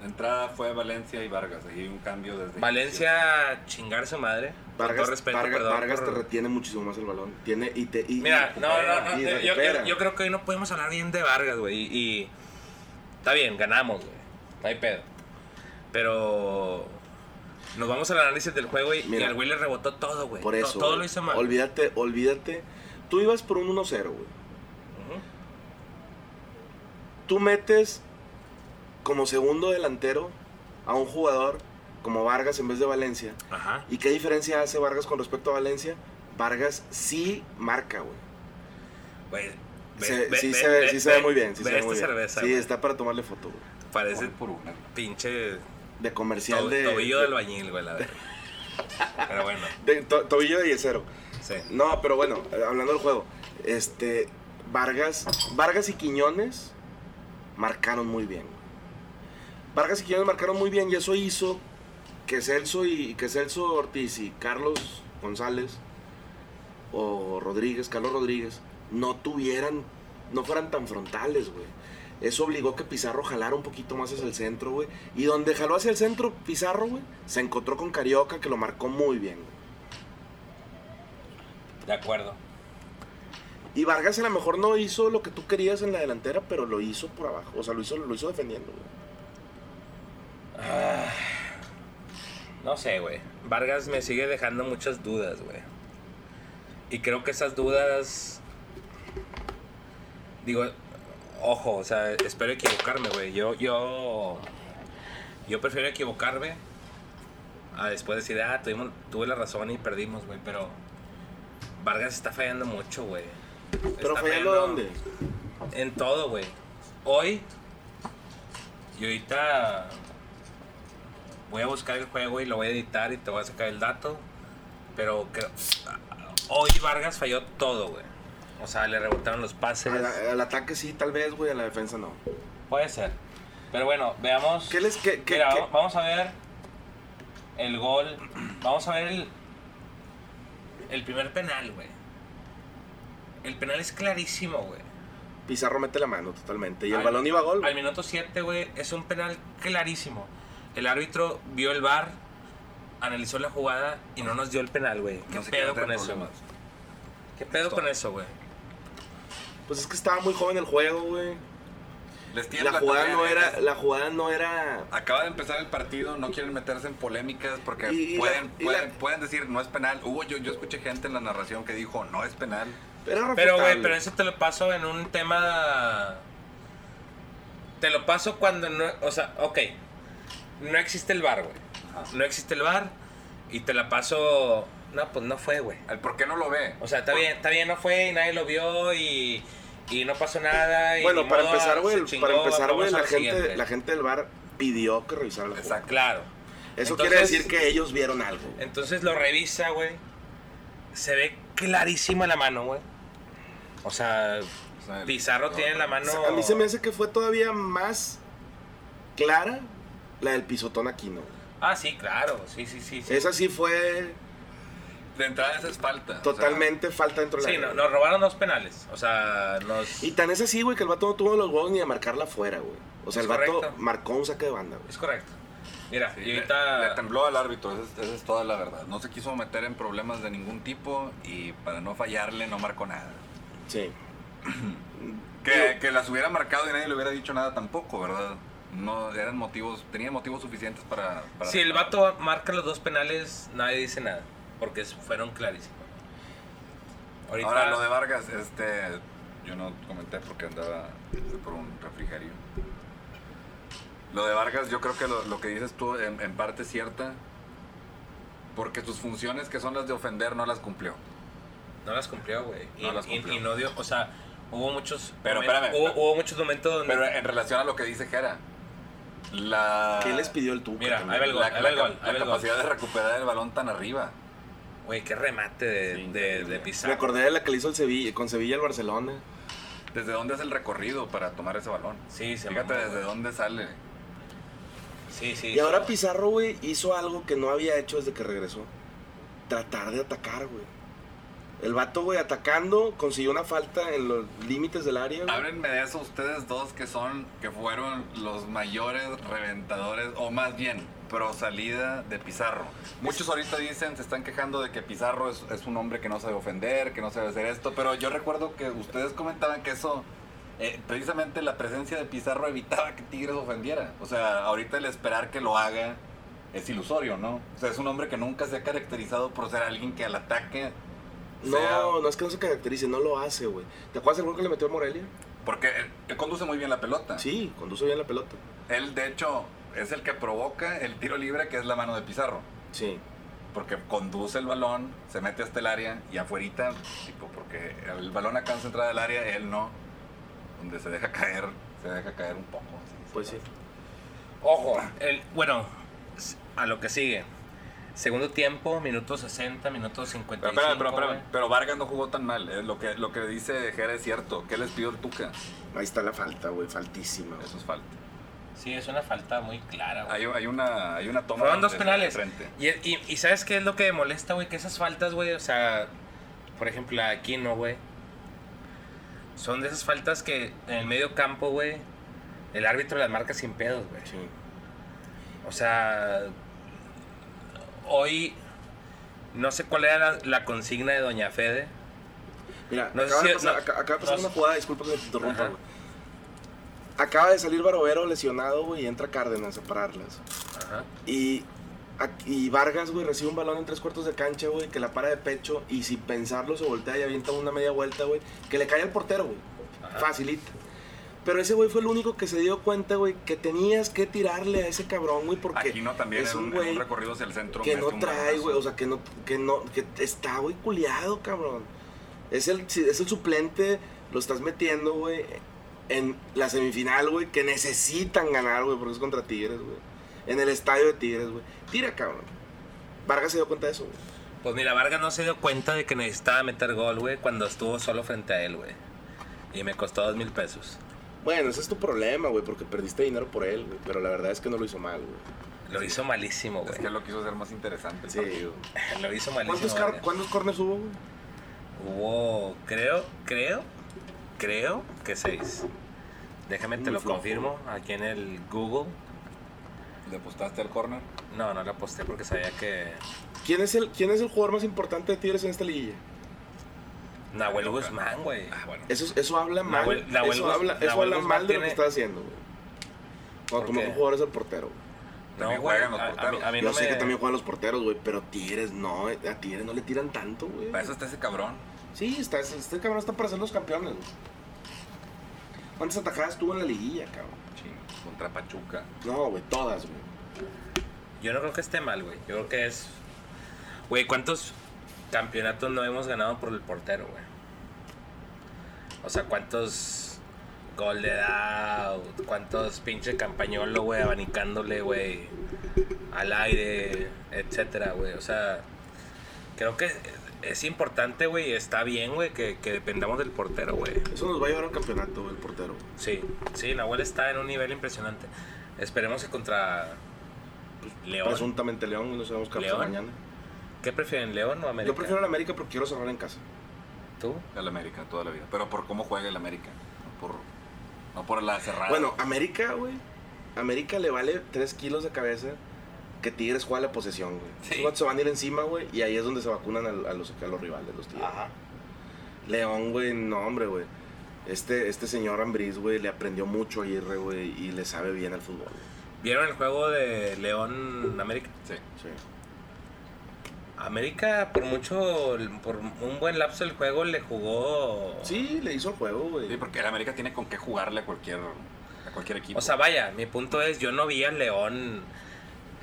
Speaker 6: La entrada fue Valencia y Vargas. Ahí hay un cambio desde.
Speaker 4: Valencia, chingar su madre. Con
Speaker 5: Vargas,
Speaker 4: todo respeto,
Speaker 5: Vargas-
Speaker 4: perdón.
Speaker 5: Vargas
Speaker 4: por-
Speaker 5: te retiene muchísimo más el balón. Tiene y te. y-
Speaker 4: Mira,
Speaker 5: y
Speaker 4: no, no,
Speaker 5: recupera,
Speaker 4: no.
Speaker 5: y
Speaker 4: yo- Yo,
Speaker 5: recupera.
Speaker 4: yo creo que hoy no podemos hablar bien de Vargas, güey. Y, y está bien, ganamos, güey. No hay pedo. Pero nos vamos al análisis del juego y, y
Speaker 5: Mira,
Speaker 4: al güey le rebotó todo, güey.
Speaker 5: Por
Speaker 4: To-
Speaker 5: eso.
Speaker 4: Todo
Speaker 5: güey.
Speaker 4: lo hizo mal.
Speaker 5: Olvídate, olvídate. Tú ibas por un 1-0, güey.
Speaker 4: Ujú.
Speaker 5: Tú metes como segundo delantero a un jugador como Vargas en vez de Valencia.
Speaker 4: Ajá.
Speaker 5: ¿Y qué diferencia hace Vargas con respecto a Valencia? Vargas sí marca, güey.
Speaker 4: Güey, ve-
Speaker 5: Se-
Speaker 4: ve-
Speaker 5: sí,
Speaker 4: ve-
Speaker 5: se ve,
Speaker 4: ve-
Speaker 5: sí se ve
Speaker 4: ve-
Speaker 5: muy bien. Sí,
Speaker 4: ve
Speaker 5: se ve
Speaker 4: esta
Speaker 5: muy bien.
Speaker 4: cerveza,
Speaker 5: sí
Speaker 4: güey.
Speaker 5: está para tomarle foto, güey.
Speaker 4: Parece
Speaker 6: Por una.
Speaker 4: pinche
Speaker 5: De comercial
Speaker 4: to-
Speaker 5: de.
Speaker 4: tobillo del bañil, güey, la verdad. Pero bueno,
Speaker 5: de- to- tobillo de yesero.
Speaker 4: sí.
Speaker 5: No, pero bueno, eh, hablando del juego. Este. Vargas. Vargas y Quiñones marcaron muy bien. Vargas y Quiñones marcaron muy bien y eso hizo que Celso y que Celso Ortiz y Carlos González o Rodríguez, Carlos Rodríguez, no tuvieran, no fueran tan frontales, güey. Eso obligó que Pizarro jalara un poquito más hacia el centro, güey. Y donde jaló hacia el centro Pizarro, güey, se encontró con Carioca, que lo marcó muy bien, güey.
Speaker 4: De acuerdo.
Speaker 5: Y Vargas a lo mejor no hizo lo que tú querías en la delantera, pero lo hizo por abajo. O sea, lo hizo, lo hizo defendiendo, güey.
Speaker 4: No sé, güey. Vargas me sigue dejando muchas dudas, güey. Y creo que esas dudas. Digo, ojo, o sea, espero equivocarme, güey. Yo, yo. Yo prefiero equivocarme a después decir, ah, tuvimos, tuve la razón y perdimos, güey. Pero. Vargas está fallando mucho, güey.
Speaker 5: Pero
Speaker 4: Está
Speaker 5: fallando dónde?
Speaker 4: En todo, güey. Hoy. Y ahorita. Voy a buscar el juego y lo voy a editar y te voy a sacar el dato. Pero creo- hoy Vargas falló todo, güey. O sea, le rebotaron los pases.
Speaker 5: Al, al ataque sí, tal vez, güey, a la defensa no.
Speaker 4: Puede ser. Pero bueno, veamos.
Speaker 5: ¿Qué les, qué, qué-
Speaker 4: Mira,
Speaker 5: qué-
Speaker 4: va- vamos a ver el gol. Vamos a ver el, el primer penal, güey. El penal es clarísimo, güey.
Speaker 5: Pizarro mete la mano totalmente. Y el
Speaker 4: Al-
Speaker 5: balón iba a gol.
Speaker 4: Al
Speaker 5: güey.
Speaker 4: minuto 7, güey, es un penal clarísimo. El árbitro vio el bar, analizó la jugada y no nos dio el penal, güey. ¿Qué
Speaker 6: No sé qué
Speaker 4: pedo
Speaker 6: va a
Speaker 4: con
Speaker 6: tener
Speaker 4: eso?
Speaker 6: problemas.
Speaker 4: ¿Qué pedo
Speaker 6: Esto.
Speaker 4: con eso, güey?
Speaker 5: Pues es que estaba muy joven el juego, güey.
Speaker 6: Les tiran
Speaker 5: La jugada
Speaker 6: tarea,
Speaker 5: no era,
Speaker 6: les-
Speaker 5: la jugada no era.
Speaker 6: Acaba de empezar el partido, no quieren meterse en polémicas porque
Speaker 5: Y- y
Speaker 6: pueden,
Speaker 5: la- y
Speaker 6: pueden,
Speaker 5: la-
Speaker 6: pueden decir no es penal. Hubo yo, yo escuché gente en la narración que dijo no es penal.
Speaker 5: Era
Speaker 4: Pero,
Speaker 5: refutable.
Speaker 4: güey, pero eso te lo paso en un tema. Te lo paso cuando no. O sea, ok. No existe el bar, güey. No existe el bar. Y te la paso. No, pues no fue, güey.
Speaker 6: El por qué no lo ve.
Speaker 4: O sea, está bien, está bien, no fue y nadie lo vio y, y no pasó nada. y
Speaker 5: Bueno,
Speaker 4: ni
Speaker 5: para
Speaker 4: modo,
Speaker 5: empezar, güey,
Speaker 4: se
Speaker 5: el-
Speaker 4: chingó,
Speaker 5: para empezar,
Speaker 4: vamos
Speaker 5: güey,
Speaker 4: a
Speaker 5: la
Speaker 4: lo
Speaker 5: gente,
Speaker 4: siguiente.
Speaker 5: la gente del bar pidió que revisaran la jugada.
Speaker 6: Exacto.
Speaker 4: Claro.
Speaker 5: Eso
Speaker 4: Entonces-
Speaker 5: quiere decir que ellos vieron algo. güey.
Speaker 4: Entonces lo revisa, güey. Se ve clarísima la mano, güey. O sea,
Speaker 6: O sea, el-
Speaker 4: Pizarro tiene la mano.
Speaker 5: A mí se me hace que fue todavía más clara la del pisotón Aquino.
Speaker 4: Ah, sí, claro. Sí, sí, sí. sí.
Speaker 5: Esa sí fue
Speaker 6: De entrada esa es falta. o sea,
Speaker 5: totalmente falta dentro de la
Speaker 4: Sí, no-
Speaker 5: área.
Speaker 4: nos robaron dos penales. O sea, nos.
Speaker 5: Y tan es así, güey, que el vato no tuvo los huevos ni de marcarla afuera, güey. O sea,
Speaker 4: Es
Speaker 5: el vato
Speaker 4: correcto.
Speaker 5: marcó un saque de banda, güey.
Speaker 4: Es correcto. Mira,
Speaker 6: sí,
Speaker 4: y
Speaker 6: le-
Speaker 4: ahorita.
Speaker 6: le, tembló al árbitro, esa es, esa es toda la verdad. No se quiso meter en problemas de ningún tipo y para no fallarle no marcó nada.
Speaker 5: Sí.
Speaker 6: Que, que las hubiera marcado y nadie le hubiera dicho nada tampoco, ¿verdad? No, eran motivos, tenía motivos suficientes para... para-
Speaker 4: si el vato marca los dos penales, nadie dice nada. Porque es- fueron clarísimos. Ahorita.
Speaker 6: Ahora, lo de Vargas, este, yo no comenté porque andaba fui por un refrigerio. Lo de Vargas, yo creo que lo, lo que dices tú en, en parte es cierta, porque sus funciones que son las de ofender no las cumplió.
Speaker 4: No las cumplió, güey. Y,
Speaker 6: No las
Speaker 4: y-
Speaker 6: cumplió.
Speaker 4: y no dio. O sea, hubo muchos.
Speaker 6: Pero,
Speaker 4: momentos-
Speaker 6: espérame.
Speaker 4: Hubo, hubo muchos momentos donde.
Speaker 6: Pero en relación a lo que dice Jera, la,
Speaker 5: ¿Qué les pidió el Tuca?
Speaker 4: Mira, ahí
Speaker 5: también?
Speaker 4: va el gol,
Speaker 6: la,
Speaker 4: ahí va
Speaker 6: la
Speaker 4: el gol,
Speaker 6: cap-
Speaker 4: ahí va el
Speaker 6: la
Speaker 4: gol.
Speaker 6: capacidad de recuperar el balón tan arriba.
Speaker 4: Güey, qué remate de,
Speaker 6: Sí,
Speaker 4: de, de
Speaker 6: increíble.
Speaker 5: Me
Speaker 4: Pizarro.
Speaker 5: acordé de la que le hizo el Sevilla, con Sevilla al Barcelona.
Speaker 6: ¿Desde dónde es el recorrido para tomar ese balón?
Speaker 4: Sí, se
Speaker 6: Fíjate
Speaker 4: mamó,
Speaker 6: desde
Speaker 4: güey.
Speaker 6: dónde sale.
Speaker 4: Sí, sí.
Speaker 5: Y ahora
Speaker 4: sí.
Speaker 5: Pizarro, güey, hizo algo que no había hecho desde que regresó. Tratar de atacar, güey. El vato, güey, atacando, consiguió una falta en los límites del área. güey.
Speaker 6: Háblenme de eso ustedes dos que son, que fueron los mayores reventadores, o más bien, pro salida de Pizarro. Muchos ahorita dicen, se están quejando de que Pizarro es, es un hombre que no sabe ofender, que no sabe hacer esto, pero yo recuerdo que ustedes comentaban que eso, eh, precisamente la presencia de Pizarro evitaba que Tigres ofendiera. O sea, ahorita el esperar que lo haga es ilusorio, ¿no? O sea, es un hombre que nunca se ha caracterizado por ser alguien que al ataque... sea-
Speaker 5: No, no es que no se caracterice, no lo hace, güey. ¿Te acuerdas del gol que le metió a Morelia?
Speaker 6: Porque él- él conduce muy bien la pelota.
Speaker 5: Sí, conduce bien la pelota.
Speaker 6: Él, de hecho, es el que provoca el tiro libre que es la mano de Pizarro.
Speaker 5: Sí.
Speaker 6: Porque conduce el balón, se mete hasta el área y afuerita, tipo, porque el balón alcanza a entrar al área, él no. Donde se deja caer, se deja caer un poco. sí,
Speaker 5: Pues sí.
Speaker 4: Ojo, el, bueno, s- a lo que sigue. Segundo tiempo, minuto 60, minuto
Speaker 6: Pero,
Speaker 4: 55.
Speaker 6: espérame, pero, espérame,
Speaker 4: güey.
Speaker 6: pero Vargas no jugó tan mal. eh, Lo, que, lo que dice Jera es cierto. ¿Qué les pidió el Tuca?
Speaker 5: Ahí está la falta, güey, faltísima. güey.
Speaker 6: Eso es falta.
Speaker 4: Sí, es una falta muy clara, güey.
Speaker 6: Hay, hay una, hay una toma.
Speaker 4: Fueron dos
Speaker 6: desde
Speaker 4: penales.
Speaker 6: el frente.
Speaker 4: Y, y- y ¿sabes qué es lo que me molesta, güey? Que esas faltas, güey, o sea, por ejemplo, la de Aquino, güey. Son de esas faltas que en el medio campo, güey, el árbitro las marca sin pedos, güey. O sea, hoy no sé cuál era la, la consigna de Doña Fede.
Speaker 5: Mira,
Speaker 4: No sé
Speaker 5: acaba,
Speaker 4: si-
Speaker 5: de pasar,
Speaker 4: no-
Speaker 5: acá- acaba de pasar
Speaker 4: no sé.
Speaker 5: una jugada, disculpa que te interrumpa,
Speaker 4: Ajá.
Speaker 5: güey. Acaba de salir Barovero lesionado, güey, y entra Cárdenas a pararlas.
Speaker 4: Ajá.
Speaker 5: Y, ac- y Vargas, güey, recibe un balón en tres cuartos de cancha, güey, que la para de pecho y sin pensarlo se voltea y avienta una media vuelta, güey, que le cae al portero, güey. Facilita. Pero ese güey fue el único que se dio cuenta, güey, que tenías que tirarle a ese cabrón, güey, porque
Speaker 6: Aquí no también
Speaker 5: es
Speaker 6: en
Speaker 5: un
Speaker 6: un, en un
Speaker 5: güey
Speaker 6: recorrido hacia el centro.
Speaker 5: que
Speaker 6: mete
Speaker 5: no
Speaker 6: un
Speaker 5: trae,
Speaker 6: balonazo.
Speaker 5: güey, o sea, que no, que no, que está, güey, culiado, cabrón. Es el, si- es el suplente, lo estás metiendo, güey, en la semifinal, güey, que necesitan ganar, güey, porque es contra Tigres, güey. En el estadio de Tigres, güey. Tira, cabrón. Vargas se dio cuenta de eso, güey.
Speaker 4: Pues mira, Vargas no se dio cuenta de que necesitaba meter gol, güey, cuando estuvo solo frente a él, güey. Y me costó dos mil pesos.
Speaker 5: Bueno, ese es tu problema, güey, porque perdiste dinero por él, güey. Pero la verdad es que no lo hizo mal, güey.
Speaker 4: Lo hizo malísimo, güey.
Speaker 6: Es que lo quiso hacer más interesante. el
Speaker 5: Sí.
Speaker 6: partido.
Speaker 4: Lo hizo malísimo.
Speaker 5: ¿Cuántos, car-
Speaker 4: Vargas.
Speaker 5: ¿Cuántos corners hubo, güey?
Speaker 4: Hubo, creo, creo, creo que seis. Déjame, te
Speaker 5: Muy
Speaker 4: lo
Speaker 5: flojo.
Speaker 4: confirmo aquí en el Google.
Speaker 6: ¿Le apostaste al corner?
Speaker 4: No, no la aposté porque sabía que
Speaker 5: ¿Quién es, el, ¿Quién es el jugador más importante de Tigres en esta liguilla?
Speaker 4: Nahuel Guzmán, güey.
Speaker 6: Ah, bueno.
Speaker 5: Eso, eso habla mal.
Speaker 4: Nahuel- Nahuel
Speaker 5: eso
Speaker 4: Guz-
Speaker 5: habla, eso
Speaker 4: Nahuel
Speaker 5: habla
Speaker 4: Guzmán
Speaker 5: mal de lo
Speaker 4: tiene-
Speaker 5: que está haciendo, güey.
Speaker 4: ¿Por
Speaker 5: Cuando tu
Speaker 4: qué?
Speaker 5: mejor jugador es el portero. güey.
Speaker 4: No, güey.
Speaker 6: También
Speaker 4: A,
Speaker 6: juegan los
Speaker 4: a mí-
Speaker 6: porteros.
Speaker 4: a mí
Speaker 5: Yo
Speaker 4: no
Speaker 5: sé
Speaker 4: me...
Speaker 5: que también juegan los porteros, güey, pero Tigres no, eh, a Tigres no le tiran tanto, güey.
Speaker 6: Para eso está ese cabrón.
Speaker 5: Sí, está, este cabrón está para ser los campeones, güey. ¿Cuántas atajadas tuvo en la liguilla, cabrón?
Speaker 6: Chingo, Contra Pachuca.
Speaker 5: No, güey, todas, güey.
Speaker 4: Yo no creo que esté mal, güey. Yo creo que es... Güey, ¿cuántos campeonatos no hemos ganado por el portero, güey? O sea, ¿cuántos gol de out? ¿Cuántos pinche campañolo, güey, abanicándole, güey, al aire, etcétera, güey? O sea, creo que es importante, güey, y está bien, güey, que, que dependamos del portero, güey.
Speaker 5: Eso nos va a llevar a un campeonato, güey, el portero.
Speaker 4: Sí, sí, Nahuel está en un nivel impresionante. Esperemos que contra pues, León.
Speaker 5: Presuntamente León, güey, no sabemos qué va a pasar
Speaker 4: León.
Speaker 5: mañana.
Speaker 4: ¿Qué prefieren, León o América?
Speaker 5: Yo prefiero el América porque quiero cerrar en casa.
Speaker 4: ¿Tú?
Speaker 6: El América toda la vida. Pero por cómo juega el América. No por, no por la cerrada.
Speaker 5: Bueno, América, güey. América le vale 3 kilos de cabeza que Tigres juega la posesión, güey.
Speaker 6: Sí.
Speaker 5: Esos vatos Se van a ir encima, güey, y ahí es donde se vacunan al- a, los, a los rivales, los Tigres. León, güey, no, hombre, güey. Este, este señor Ambriz, güey, le aprendió mucho a Irre, güey, y le sabe bien al fútbol. güey.
Speaker 4: ¿Vieron el juego de León América?
Speaker 6: Sí.
Speaker 4: América por mucho, por un buen lapso del juego le jugó.
Speaker 5: Sí, le hizo el juego, güey.
Speaker 6: Sí, porque el América tiene con qué jugarle a cualquier, a cualquier equipo.
Speaker 4: O sea, vaya, mi punto es, yo no vi al León,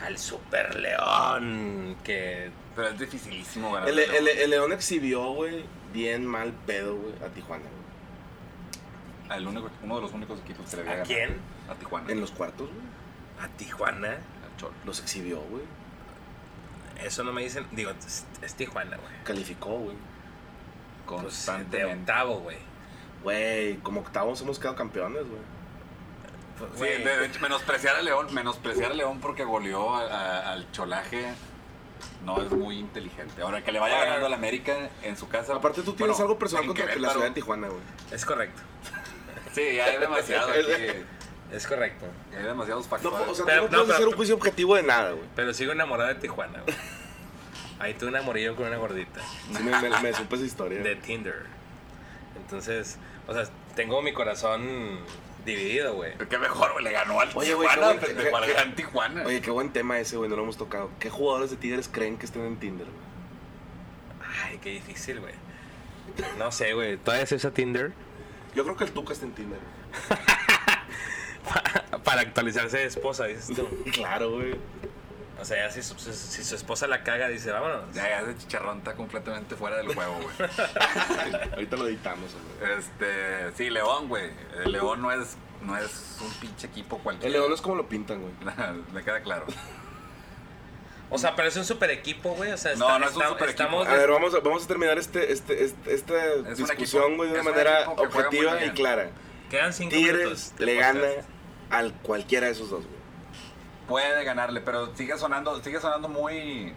Speaker 4: al Super León, que
Speaker 6: pero es dificilísimo ganar.
Speaker 5: el, el- el León exhibió, güey, bien mal pedo, güey, a Tijuana, güey.
Speaker 6: Al único, uno de los únicos equipos que le había
Speaker 4: ¿A
Speaker 6: ganado.
Speaker 4: quién?
Speaker 6: A Tijuana.
Speaker 5: En los cuartos, güey.
Speaker 4: a Tijuana,
Speaker 6: Al Cholo.
Speaker 5: Los exhibió, güey.
Speaker 4: eso no me dicen, digo, es, es Tijuana, güey.
Speaker 5: Calificó, güey.
Speaker 4: Pues, de
Speaker 6: Constantemente.
Speaker 4: octavo, güey.
Speaker 5: Güey, como octavos hemos quedado campeones, güey.
Speaker 4: Pues,
Speaker 6: Sí,
Speaker 4: güey,
Speaker 6: de hecho, menospreciar a León, menospreciar a León porque goleó a- a- al cholaje no es muy inteligente. Ahora que le vaya ganando al América en su casa.
Speaker 5: Aparte tú tienes
Speaker 6: bueno,
Speaker 5: algo personal
Speaker 6: en
Speaker 5: contra la
Speaker 6: Querétaro.
Speaker 5: ciudad de Tijuana, güey.
Speaker 4: Es correcto,
Speaker 6: Sí, ya hay demasiado aquí.
Speaker 4: es correcto.
Speaker 6: ya Hay demasiados
Speaker 5: No, pues,
Speaker 6: factores.
Speaker 5: o sea,
Speaker 4: Pero-
Speaker 5: tú
Speaker 4: no,
Speaker 5: no puedes
Speaker 4: pero-
Speaker 5: hacer un juicio objetivo de nada, güey.
Speaker 4: Pero sigo enamorado de Tijuana, güey. Ahí tuve un amorillo con una gordita
Speaker 5: Sí, me, me, me supe esa historia.
Speaker 4: de Tinder. Entonces, o sea, tengo mi corazón dividido, güey.
Speaker 6: Qué mejor, güey, le ganó al
Speaker 5: Oye, güey,
Speaker 6: Tijuana,
Speaker 5: qué buen-
Speaker 6: pendejo, al
Speaker 5: qué-
Speaker 6: gran Tijuana.
Speaker 5: Oye, qué buen tema ese, güey, no lo hemos tocado. ¿Qué jugadores de Tigres creen que estén en Tinder, güey?
Speaker 4: Ay, qué difícil, güey. No sé, güey. ¿Todavía se usa Tinder?
Speaker 5: Yo creo que el Tuca está en Tinder. güey.
Speaker 4: Para actualizarse de esposa, dices tú.
Speaker 5: claro, güey.
Speaker 4: O sea, ya si su, si- si su esposa la caga, dice, vámonos.
Speaker 6: Ya, ya ese chicharrón está completamente fuera del juego, güey.
Speaker 5: Ahorita lo editamos, güey.
Speaker 6: Este, sí, León, güey. El León no es, no es un pinche equipo cualquiera.
Speaker 5: El León no es como lo pintan, güey.
Speaker 6: Me queda claro.
Speaker 4: O sea, pero es un super equipo, güey. O sea,
Speaker 6: No, no es un super equipo.
Speaker 4: estamos...
Speaker 5: A ver, vamos a, vamos a terminar este, este, este- esta
Speaker 6: un
Speaker 5: discusión,
Speaker 6: equipo-
Speaker 5: güey, de una
Speaker 6: es un
Speaker 5: manera
Speaker 6: equipo que juega muy
Speaker 5: objetiva y
Speaker 6: bien.
Speaker 5: clara.
Speaker 4: Quedan cinco
Speaker 5: Tigres
Speaker 4: minutos. de
Speaker 5: le
Speaker 4: podcast.
Speaker 5: gana al cualquiera de esos dos, güey.
Speaker 6: Puede ganarle, pero sigue sonando, sigue sonando muy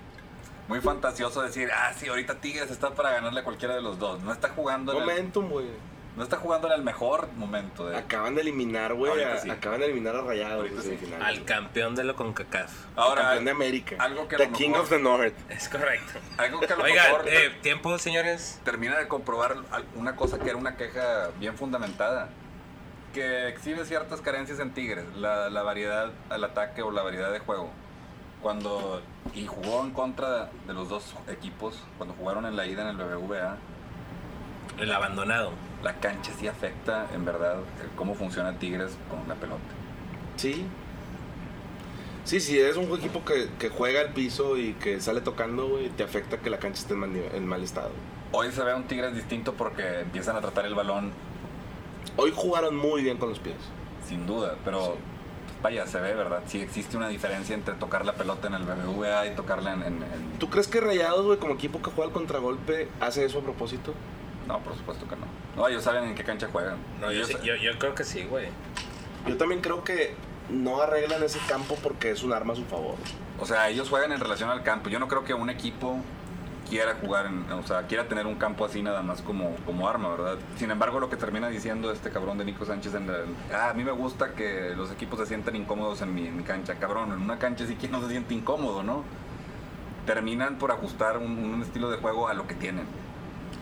Speaker 6: muy fantasioso decir, ah, sí, ahorita Tigres está para ganarle a cualquiera de los dos. No está jugando en el,
Speaker 5: Momentum, güey.
Speaker 6: no está jugando en el mejor momento. De...
Speaker 5: Acaban de eliminar, güey.
Speaker 6: Ahorita
Speaker 5: a-
Speaker 6: sí.
Speaker 5: Acaban de eliminar a Rayados
Speaker 6: Ahorita
Speaker 5: en
Speaker 6: sí.
Speaker 5: semifinales.
Speaker 4: Al campeón de lo CONCACAF.
Speaker 5: Ahora,
Speaker 6: Ahora,
Speaker 5: campeón de América.
Speaker 6: algo que a
Speaker 5: The
Speaker 6: lo
Speaker 5: King
Speaker 6: mejor-
Speaker 5: of the North.
Speaker 4: Es correcto.
Speaker 6: algo que a lo
Speaker 4: Oigan,
Speaker 6: mejor
Speaker 4: eh, tiempo, señores.
Speaker 6: termina de comprobar al- una cosa que era una queja bien fundamentada, que exhibe ciertas carencias en Tigres, la, la variedad al ataque o la variedad de juego. Cuando, y jugó en contra de los dos equipos, cuando jugaron en la ida en el BBVA,
Speaker 4: El abandonado.
Speaker 6: la cancha sí afecta en verdad el cómo funciona Tigres con la pelota.
Speaker 5: Sí. Sí, sí, es un equipo que, que juega al piso y que sale tocando, güey. Te afecta que la cancha esté en mal, nive- en mal estado.
Speaker 6: Hoy se ve a un Tigres distinto porque empiezan a tratar el balón
Speaker 5: Hoy jugaron muy bien con los pies.
Speaker 6: Sin duda, pero vaya, se ve, ¿verdad? Sí existe una diferencia entre tocar la pelota en el BBVA y tocarla en... en- en-
Speaker 5: ¿Tú crees que Rayados, güey, como equipo que juega al contragolpe, hace eso a propósito?
Speaker 6: No, por supuesto que no. No, ellos saben en qué cancha juegan.
Speaker 4: No, yo,
Speaker 6: Ellos-
Speaker 4: sí- yo, yo creo que sí, güey.
Speaker 5: Yo también creo que no arreglan ese campo porque es un arma a su favor.
Speaker 6: O sea, ellos juegan en relación al campo. Yo no creo que un equipo quiera jugar, en, o sea, quiera tener un campo así nada más como, como arma, ¿verdad? Sin embargo, lo que termina diciendo este cabrón de Nico Sánchez en la... Ah, a mí me gusta que los equipos se sientan incómodos en mi, en mi cancha. Cabrón, en una cancha sí que no se siente incómodo, ¿no? Terminan por ajustar un, un estilo de juego a lo que tienen.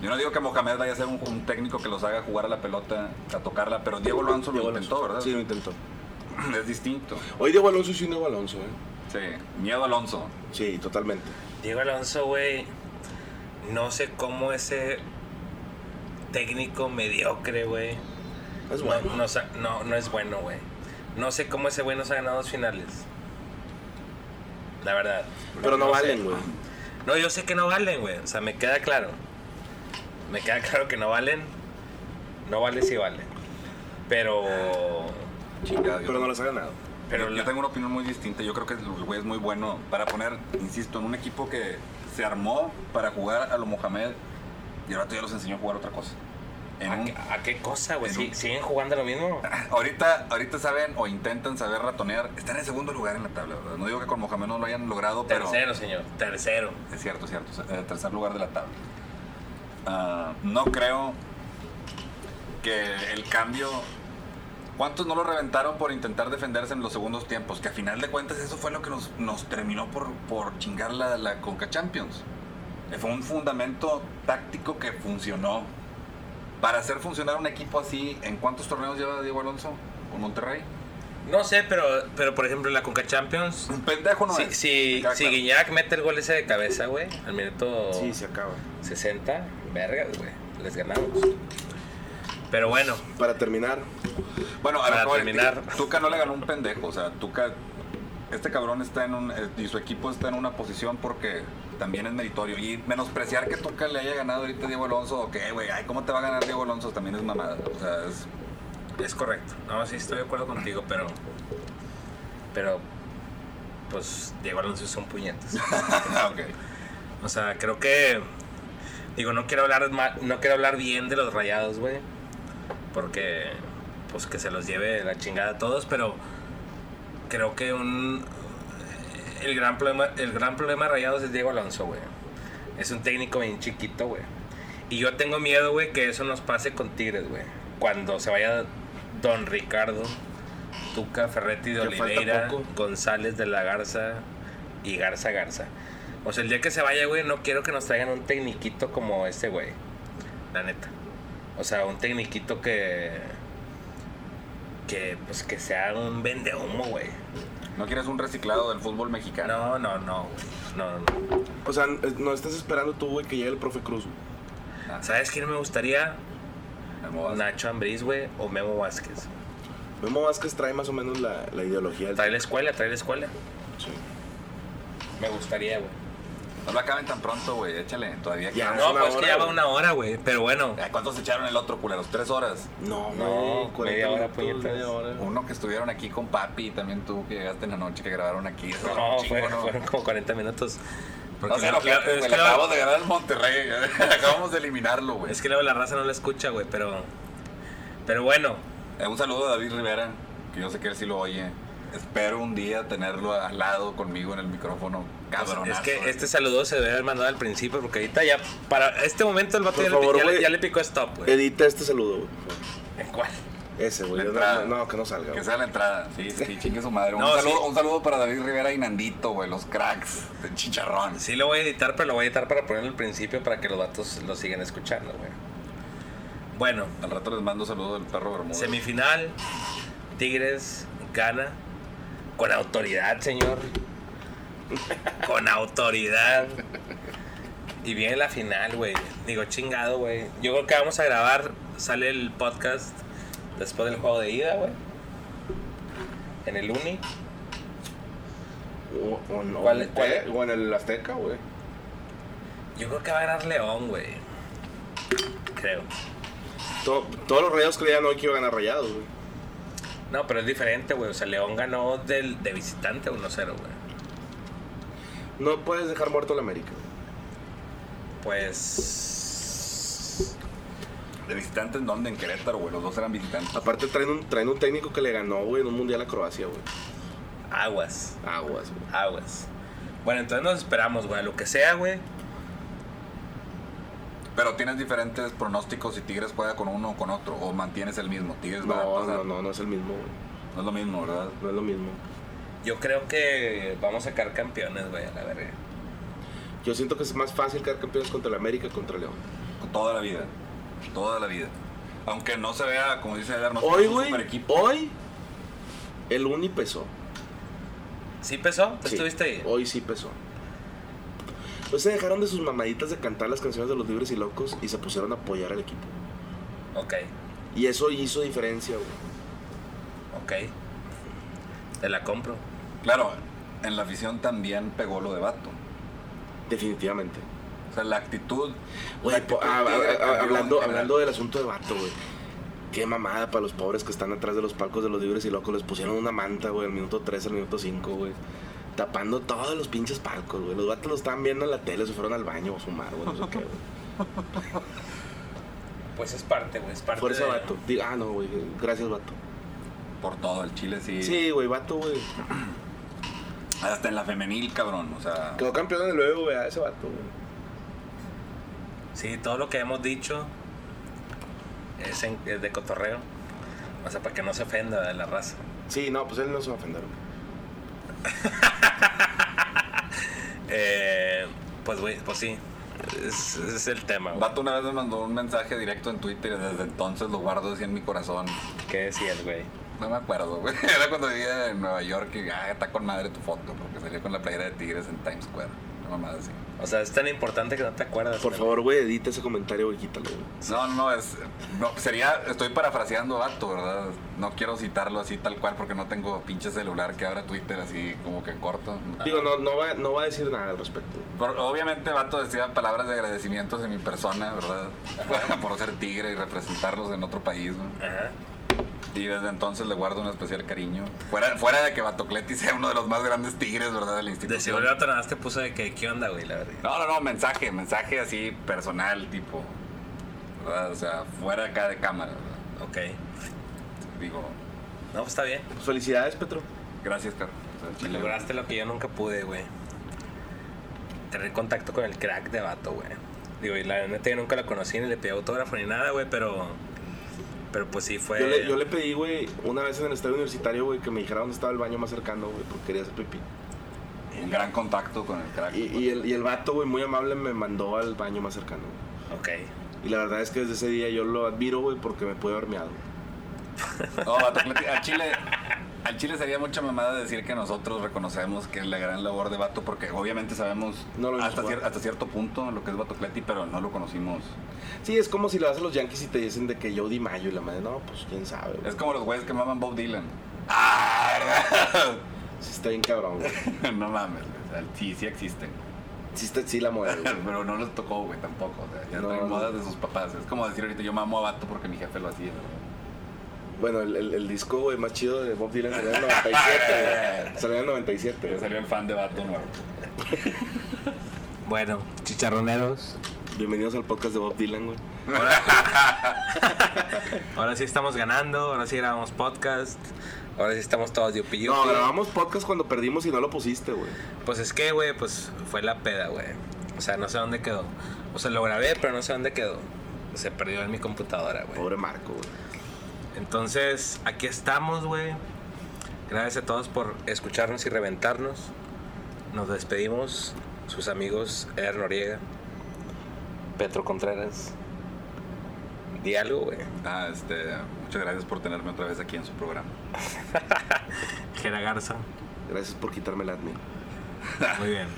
Speaker 6: Yo no digo que Mohamed vaya a ser un, un técnico que los haga jugar a la pelota, a tocarla, pero Diego Alonso lo
Speaker 5: Diego
Speaker 6: intentó, ¿verdad?
Speaker 5: Sí, lo intentó.
Speaker 6: Es distinto.
Speaker 5: Hoy Diego Alonso sí, Diego Alonso, ¿eh?
Speaker 6: Sí, miedo Alonso.
Speaker 5: Sí, totalmente.
Speaker 4: Diego Alonso, güey, no sé cómo ese técnico mediocre, güey.
Speaker 5: Es
Speaker 4: no-
Speaker 5: bueno.
Speaker 4: No, sa- no, no es bueno, güey. No sé cómo ese güey nos ha ganado dos finales. La verdad.
Speaker 5: Pero no
Speaker 4: sé.
Speaker 5: valen, güey.
Speaker 4: No, yo sé que no valen, güey. O sea, me queda claro. Me queda claro que no valen. No vale si vale. Pero.
Speaker 6: Chingado. yo
Speaker 5: Pero no los ha ganado.
Speaker 4: Pero
Speaker 6: yo, yo
Speaker 4: la-
Speaker 6: tengo una opinión muy distinta. Yo creo que el güey es muy bueno para poner, insisto, en un equipo que se armó para jugar a lo Mohamed y el rato ya los enseñó a jugar otra cosa. En
Speaker 4: ¿A
Speaker 6: un-
Speaker 4: Ah, qué, a qué cosa, güey?
Speaker 6: en
Speaker 4: ¿Sí-
Speaker 6: un- Ah,
Speaker 4: ¿Siguen jugando lo mismo?
Speaker 6: ahorita, ahorita saben o intentan saber ratonear. Están en segundo lugar en la tabla, ¿verdad? No digo que con Mohamed no lo hayan logrado, pero.
Speaker 4: Tercero, señor. Tercero.
Speaker 6: Es cierto, es cierto. eh, tercer lugar de la tabla. Ah, no creo que el cambio. ¿Cuántos no lo reventaron por intentar defenderse en los segundos tiempos? Que a final de cuentas eso fue lo que nos, nos terminó por, por chingar la, la Conca Champions. Eh, Fue un fundamento táctico que funcionó. Para hacer funcionar un equipo así, ¿en cuántos torneos lleva Diego Alonso con Monterrey?
Speaker 4: No sé, pero, pero por ejemplo, en la Conca Champions.
Speaker 6: Un pendejo no
Speaker 4: si
Speaker 6: es.
Speaker 4: si,
Speaker 6: Me queda
Speaker 4: si
Speaker 6: claro.
Speaker 4: Guiñac mete el gol ese de cabeza, güey, al minuto
Speaker 5: Sí, se acaba.
Speaker 4: 60, vergas, güey. Les ganamos. Pero bueno,
Speaker 5: Para terminar,
Speaker 6: Bueno, a
Speaker 4: Para
Speaker 6: lo mejor,
Speaker 4: terminar.
Speaker 6: eh, Tuca no le ganó un pendejo, o sea, Tuca, este cabrón está en un, eh, y su equipo está en una posición porque también es meritorio. Y menospreciar que Tuca le haya ganado ahorita a Diego Alonso, o que, güey, ay, ¿cómo te va a ganar Diego Alonso? También es mamada, o sea, es...
Speaker 4: es correcto. No, sí, estoy de acuerdo contigo, pero. Pero. Pues Diego Alonso son puñetas.
Speaker 6: ok.
Speaker 4: O sea, creo que. Digo, no quiero hablar, ma- no quiero hablar bien de los rayados, güey. Porque. Pues que se los lleve la chingada a todos, pero. Creo que un. eh, El gran problema, el gran problema de rayados es Diego Alonso, güey. Es un técnico bien chiquito, güey. Y yo tengo miedo, güey, que eso nos pase con Tigres, güey. Cuando se vaya Don Ricardo, Tuca, Ferretti de
Speaker 5: Que falta
Speaker 4: Oliveira,
Speaker 5: poco.
Speaker 4: González de la Garza y Garza Garza. O sea, el día que se vaya, güey, no quiero que nos traigan un tecniquito como este, güey. La neta. O sea, un tecniquito que. Que, pues, que sea un vende humo, güey.
Speaker 6: ¿No quieres un reciclado del fútbol
Speaker 4: No,
Speaker 6: mexicano?
Speaker 4: no, no, güey. No, no, no.
Speaker 5: o sea, no estás esperando tú, güey, que llegue el profe Cruz. güey.
Speaker 4: ¿Sabes quién me gustaría?
Speaker 6: Me mudas.
Speaker 4: Nacho Ambriz, güey, o Memo Vázquez.
Speaker 5: Memo Vázquez trae más o menos la, la ideología del
Speaker 4: Trae la escuela, trae la escuela.
Speaker 5: Sí.
Speaker 4: Me gustaría, güey.
Speaker 6: No lo acaben tan pronto, güey, échale, todavía
Speaker 5: Ya.
Speaker 6: queda-
Speaker 4: No,
Speaker 5: una
Speaker 4: pues es que
Speaker 5: hora,
Speaker 4: ya va
Speaker 5: güey.
Speaker 4: una hora, güey. Pero bueno,
Speaker 6: Ay, ¿Cuántos echaron el otro, culeros? ¿Tres horas?
Speaker 5: No,
Speaker 4: No,
Speaker 5: güey, 40
Speaker 4: media hora,
Speaker 5: minutos,
Speaker 4: puñetas.
Speaker 5: media hora.
Speaker 6: Uno que estuvieron aquí con Papi, y también tú que llegaste en la noche, que grabaron aquí. eso era un
Speaker 4: no,
Speaker 6: chingo,
Speaker 4: fue-
Speaker 6: ¿no?
Speaker 4: fueron como 40 minutos. Porque
Speaker 6: o sea,
Speaker 4: la-
Speaker 6: lo que
Speaker 4: la-
Speaker 6: antes,
Speaker 4: es
Speaker 6: güey,
Speaker 4: que
Speaker 6: le
Speaker 4: la-
Speaker 6: acabamos de ganar al Monterrey. acabamos de eliminarlo, güey.
Speaker 4: Es que luego la raza no la escucha, güey, pero. Pero bueno, pues,
Speaker 6: Eh, un saludo a David Rivera, que yo sé que él sí lo oye. Espero un día tenerlo al lado conmigo en el micrófono. Cabronazo.
Speaker 4: Pues, Es que este saludo se debe haber mandado al principio porque ahorita ya, para este momento el vato
Speaker 5: Por
Speaker 4: ya,
Speaker 5: favor,
Speaker 4: le, ya le-
Speaker 5: güey.
Speaker 4: ya le picó stop, güey.
Speaker 5: Edita este saludo, güey.
Speaker 4: ¿En cuál?
Speaker 5: Ese, güey.
Speaker 6: La
Speaker 5: Yo
Speaker 6: entrada.
Speaker 5: No, no, que no salga.
Speaker 6: Que
Speaker 5: güey.
Speaker 6: sea la entrada, sí, sí, chingue su madre. Un,
Speaker 4: No,
Speaker 6: saludo,
Speaker 4: sí.
Speaker 6: un saludo para David Rivera y Nandito, güey, los cracks de chicharrón.
Speaker 4: Sí lo voy a editar, pero lo voy a editar para ponerlo al principio para que los vatos lo sigan escuchando, güey. Bueno,
Speaker 6: Al rato les mando saludos del perro Bermúdez.
Speaker 4: semifinal, Tigres gana con autoridad, señor. Con autoridad. Y viene la final, güey. Digo, chingado, güey. Yo creo que vamos a grabar, sale el podcast después del juego de ida, güey. En el Uni.
Speaker 5: O, o no,
Speaker 4: ¿Cuál-
Speaker 5: en el
Speaker 4: cuál
Speaker 5: Te-
Speaker 4: es?
Speaker 5: o en el Azteca, güey.
Speaker 4: Yo creo que va a ganar León, güey. Creo.
Speaker 5: To- todos los rayados creían hoy que iba a ganar rayados, güey.
Speaker 4: No, pero es diferente, güey. O sea, León ganó del, de visitante 1-0, güey.
Speaker 5: No puedes dejar muerto al América. güey.
Speaker 4: Pues.
Speaker 6: ¿De visitantes en dónde? En Querétaro, güey, los dos eran visitantes.
Speaker 5: Aparte, traen un, traen un técnico que le ganó, güey, en un mundial a Croacia, güey.
Speaker 4: Aguas,
Speaker 5: Aguas, güey.
Speaker 4: aguas. Bueno, entonces nos esperamos, güey. a Lo que sea, güey.
Speaker 6: Pero tienes diferentes pronósticos si Tigres juega con uno o con otro, o mantienes el mismo. Tigres va a
Speaker 5: No,
Speaker 6: pasar.
Speaker 5: no, no, no es el mismo, güey.
Speaker 6: No es lo mismo, ¿verdad?
Speaker 5: No es lo mismo.
Speaker 4: Yo creo que vamos a sacar campeones, güey, a la verga.
Speaker 5: Yo siento que es más fácil quedar campeones contra el América que contra León.
Speaker 6: Toda la vida. Toda la vida. Aunque no se vea, como dice Edgar, no se
Speaker 5: Hoy,
Speaker 6: vea un
Speaker 5: güey,
Speaker 6: superequipo.
Speaker 5: hoy, el Uni pesó.
Speaker 4: ¿Sí pesó? ¿Tú
Speaker 5: Sí, Oh.
Speaker 4: estuviste ahí?
Speaker 5: Hoy sí pesó. Pues se dejaron de sus mamaditas de cantar las canciones de los libres y locos y se pusieron a apoyar al equipo.
Speaker 4: Ok,
Speaker 5: Y eso hizo diferencia, güey.
Speaker 4: ok. Te la compro.
Speaker 6: Claro, en la afición también pegó lo de Vato.
Speaker 5: Definitivamente.
Speaker 6: O sea, la actitud.
Speaker 5: Güey,
Speaker 6: la actitud
Speaker 5: po- ah, ah,
Speaker 6: Tigre
Speaker 5: ah,
Speaker 6: cambió en
Speaker 5: hablando,
Speaker 6: general.
Speaker 5: hablando del asunto de vato, güey. Qué mamada para los pobres que están atrás de los palcos de los libres y locos. Les pusieron una manta, güey, al minuto 3, al minuto 5, güey. Tapando todos los pinches palcos, güey. Los vatos lo estaban viendo en la tele, se fueron al baño a fumar, güey, no sé qué, güey.
Speaker 4: Pues es parte, güey. Es parte
Speaker 5: Fuerza,
Speaker 4: de-
Speaker 5: vato. Digo, ah, no, güey. Gracias, vato.
Speaker 6: Por todo, el Chile sí.
Speaker 5: Sí, güey, vato, güey.
Speaker 6: Hasta en la femenil, cabrón. O sea,
Speaker 5: Quedó campeón en el luego, güey, a ese vato, güey.
Speaker 4: Sí, todo lo que hemos dicho es, en- es de cotorreo. O sea, para que no se ofenda de la raza.
Speaker 5: Sí, no, pues él no se va a ofender, güey.
Speaker 4: Eh, pues, güey, pues sí. Es, es el tema, güey.
Speaker 6: Vato una vez me mandó un mensaje directo en Twitter y desde entonces lo guardo así en mi corazón.
Speaker 4: ¿Qué decías, güey?
Speaker 6: No me acuerdo, güey. Era cuando vivía en Nueva York y ah, está con madre tu foto, porque salía con la playera de Tigres en Times Square. Una mamada así.
Speaker 4: O sea, es tan importante que no te acuerdas.
Speaker 5: Por
Speaker 4: güey.
Speaker 5: favor, güey, edita ese comentario, güey, quítalo, güey.
Speaker 6: No, no, es. No, sería. Estoy parafraseando a Vato, ¿verdad? No quiero citarlo así tal cual porque no tengo pinche celular que abra Twitter así como que en corto.
Speaker 5: Digo, no, no, va, no va a decir nada al respecto.
Speaker 6: Por- obviamente Vato decía palabras de agradecimientos en mi persona, ¿verdad? Por ser tigre y representarlos en otro país, ¿no?
Speaker 4: Ajá.
Speaker 6: Y desde entonces le guardo un especial cariño. Fuera, fuera de que Batocleti sea uno de los más grandes tigres, ¿verdad? De la
Speaker 4: De
Speaker 6: institución.
Speaker 4: seguro te nada más te puso de que, ¿qué onda, güey? La verdad.
Speaker 6: No, no, no, mensaje, mensaje así personal, tipo. ¿verdad? O sea, fuera acá de cámara, ¿verdad?
Speaker 4: Ok.
Speaker 6: Digo,
Speaker 4: No, pues está bien.
Speaker 5: Pues, felicidades, Petro.
Speaker 6: gracias, Carlos. O sea, chile,
Speaker 4: Lograste lo que yo nunca pude, güey. Tener contacto con el crack de vato, güey. Digo, y la neta yo nunca lo conocí ni le pedí autógrafo ni nada, güey, pero. Pero pues sí fue.
Speaker 5: Yo le, yo le pedí, güey, una vez en el estadio universitario, güey, que me dijera dónde estaba el baño más cercano, güey, porque quería hacer pipí.
Speaker 6: un gran contacto con el crack.
Speaker 5: Y, y el, y el vato, güey, muy amable, me mandó al baño más cercano. güey.
Speaker 4: Ok.
Speaker 5: Y la verdad es que desde ese día yo lo admiro, güey, porque me pude haber meado.
Speaker 6: No, Batocleti, Oh, al Chile. Al Chile sería mucha mamada decir que nosotros reconocemos que es la gran labor de Vato, porque obviamente sabemos
Speaker 5: No lo
Speaker 6: hasta,
Speaker 5: hizo,
Speaker 6: cier-
Speaker 5: Vato.
Speaker 6: hasta cierto punto lo que es Batocleti, pero no lo conocimos.
Speaker 5: Sí, es como si le vas a los Yankees y te dicen de que yo di mayo y la madre, no, pues quién sabe, güey.
Speaker 6: Es como los güeyes que maman Bob Dylan. Ah,
Speaker 5: Sí está bien cabrón, güey.
Speaker 6: ¿verdad? no mames, güey. O sea, sí, sí existen.
Speaker 5: Sí, está, sí la mueve, güey.
Speaker 6: Pero no les tocó, güey, tampoco. O sea, ya
Speaker 5: No,
Speaker 6: traen
Speaker 5: no.
Speaker 6: modas de sus papás. Es como decir ahorita yo mamo a vato porque mi jefe lo hacía. ¿verdad?
Speaker 5: Bueno, el, el- el disco, güey, más chido de Bob Dylan salió en el 97, güey. Salió en el 97,
Speaker 6: Pero
Speaker 5: güey.
Speaker 6: salió el fan de vato nuevo.
Speaker 4: Bueno, chicharroneros.
Speaker 5: Bienvenidos al podcast de Bob Dylan, güey.
Speaker 4: Ahora sí estamos ganando, ahora sí grabamos podcast, ahora sí estamos todos de yupi.
Speaker 5: No, grabamos podcast cuando perdimos y no lo pusiste, güey.
Speaker 4: Pues es que, güey, pues fue la peda, güey. O sea, no sé dónde quedó. O sea, lo grabé, pero no sé dónde quedó. Se perdió en mi computadora, güey.
Speaker 5: Pobre Marco, güey.
Speaker 4: Entonces, aquí estamos, güey. Gracias a todos por escucharnos y reventarnos. Nos despedimos, sus amigos Eder Noriega, Petro Contreras. Diálogo, güey.
Speaker 6: Ah, este, muchas gracias por tenerme otra vez aquí en su programa.
Speaker 4: Gera Garza.
Speaker 5: Gracias por quitarme el admin.
Speaker 4: Muy bien.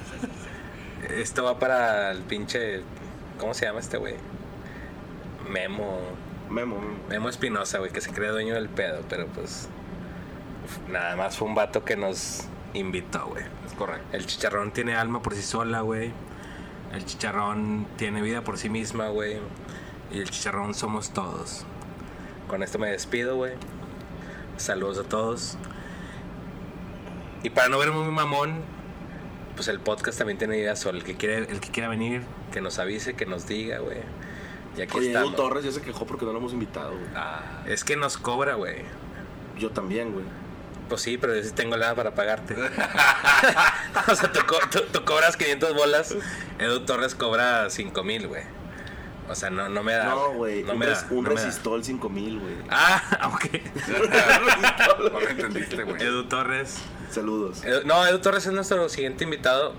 Speaker 4: Esto va para el pinche. ¿Cómo se llama este güey? Memo.
Speaker 5: Memo, Memo.
Speaker 4: Memo Espinosa, güey, que se cree dueño del pedo, pero pues. Nada más fue un vato que nos invitó, güey.
Speaker 6: Es correcto.
Speaker 4: El chicharrón tiene alma por sí sola, güey. El chicharrón tiene vida por sí misma, güey. Y el chicharrón somos todos. Con esto me despido, güey. Saludos a todos. Y para no verme muy mamón, pues el podcast también tiene vida sola. El que quiere, el que quiera venir, que nos avise, que nos diga, güey. Y aquí
Speaker 5: Oye, Edu
Speaker 4: estamos.
Speaker 5: Torres ya se quejó porque no lo hemos invitado, güey.
Speaker 6: Ah,
Speaker 4: Es que nos cobra, güey.
Speaker 5: Yo también, güey.
Speaker 4: Pues sí, pero yo sí tengo lana para pagarte. o sea, tú, co- tú- tú cobras 500 bolas, Edu Torres cobra 5 mil, güey. O sea, no, no me da.
Speaker 5: No, güey.
Speaker 4: Ah, No
Speaker 5: un
Speaker 4: me da.
Speaker 5: res- un
Speaker 4: no me da.
Speaker 5: resistol 5000, güey.
Speaker 4: Ah, ok.
Speaker 6: no lo entendiste, güey.
Speaker 4: Edu Torres.
Speaker 5: Saludos.
Speaker 4: Edu- no, Edu Torres es nuestro siguiente invitado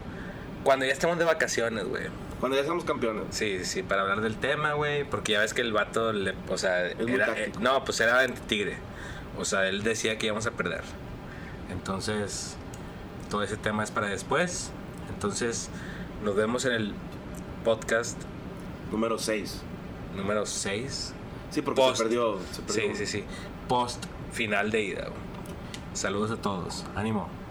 Speaker 4: cuando ya estemos de vacaciones, güey.
Speaker 5: Cuando ya seamos campeones.
Speaker 4: Sí, sí, para hablar del tema, güey. Porque ya ves que el vato, le, o sea,
Speaker 5: muy
Speaker 4: era-
Speaker 5: táctico.
Speaker 4: eh, no, pues era anti-tigre. O sea, él decía que íbamos a perder. Entonces, todo ese tema es para después. Entonces, nos vemos en el podcast
Speaker 5: Número 6.
Speaker 4: número 6.
Speaker 5: Sí, porque
Speaker 4: Post.
Speaker 5: se perdió. Se perdió.
Speaker 4: Sí, sí, sí. Post final de ida. güey. Saludos a todos. Ánimo.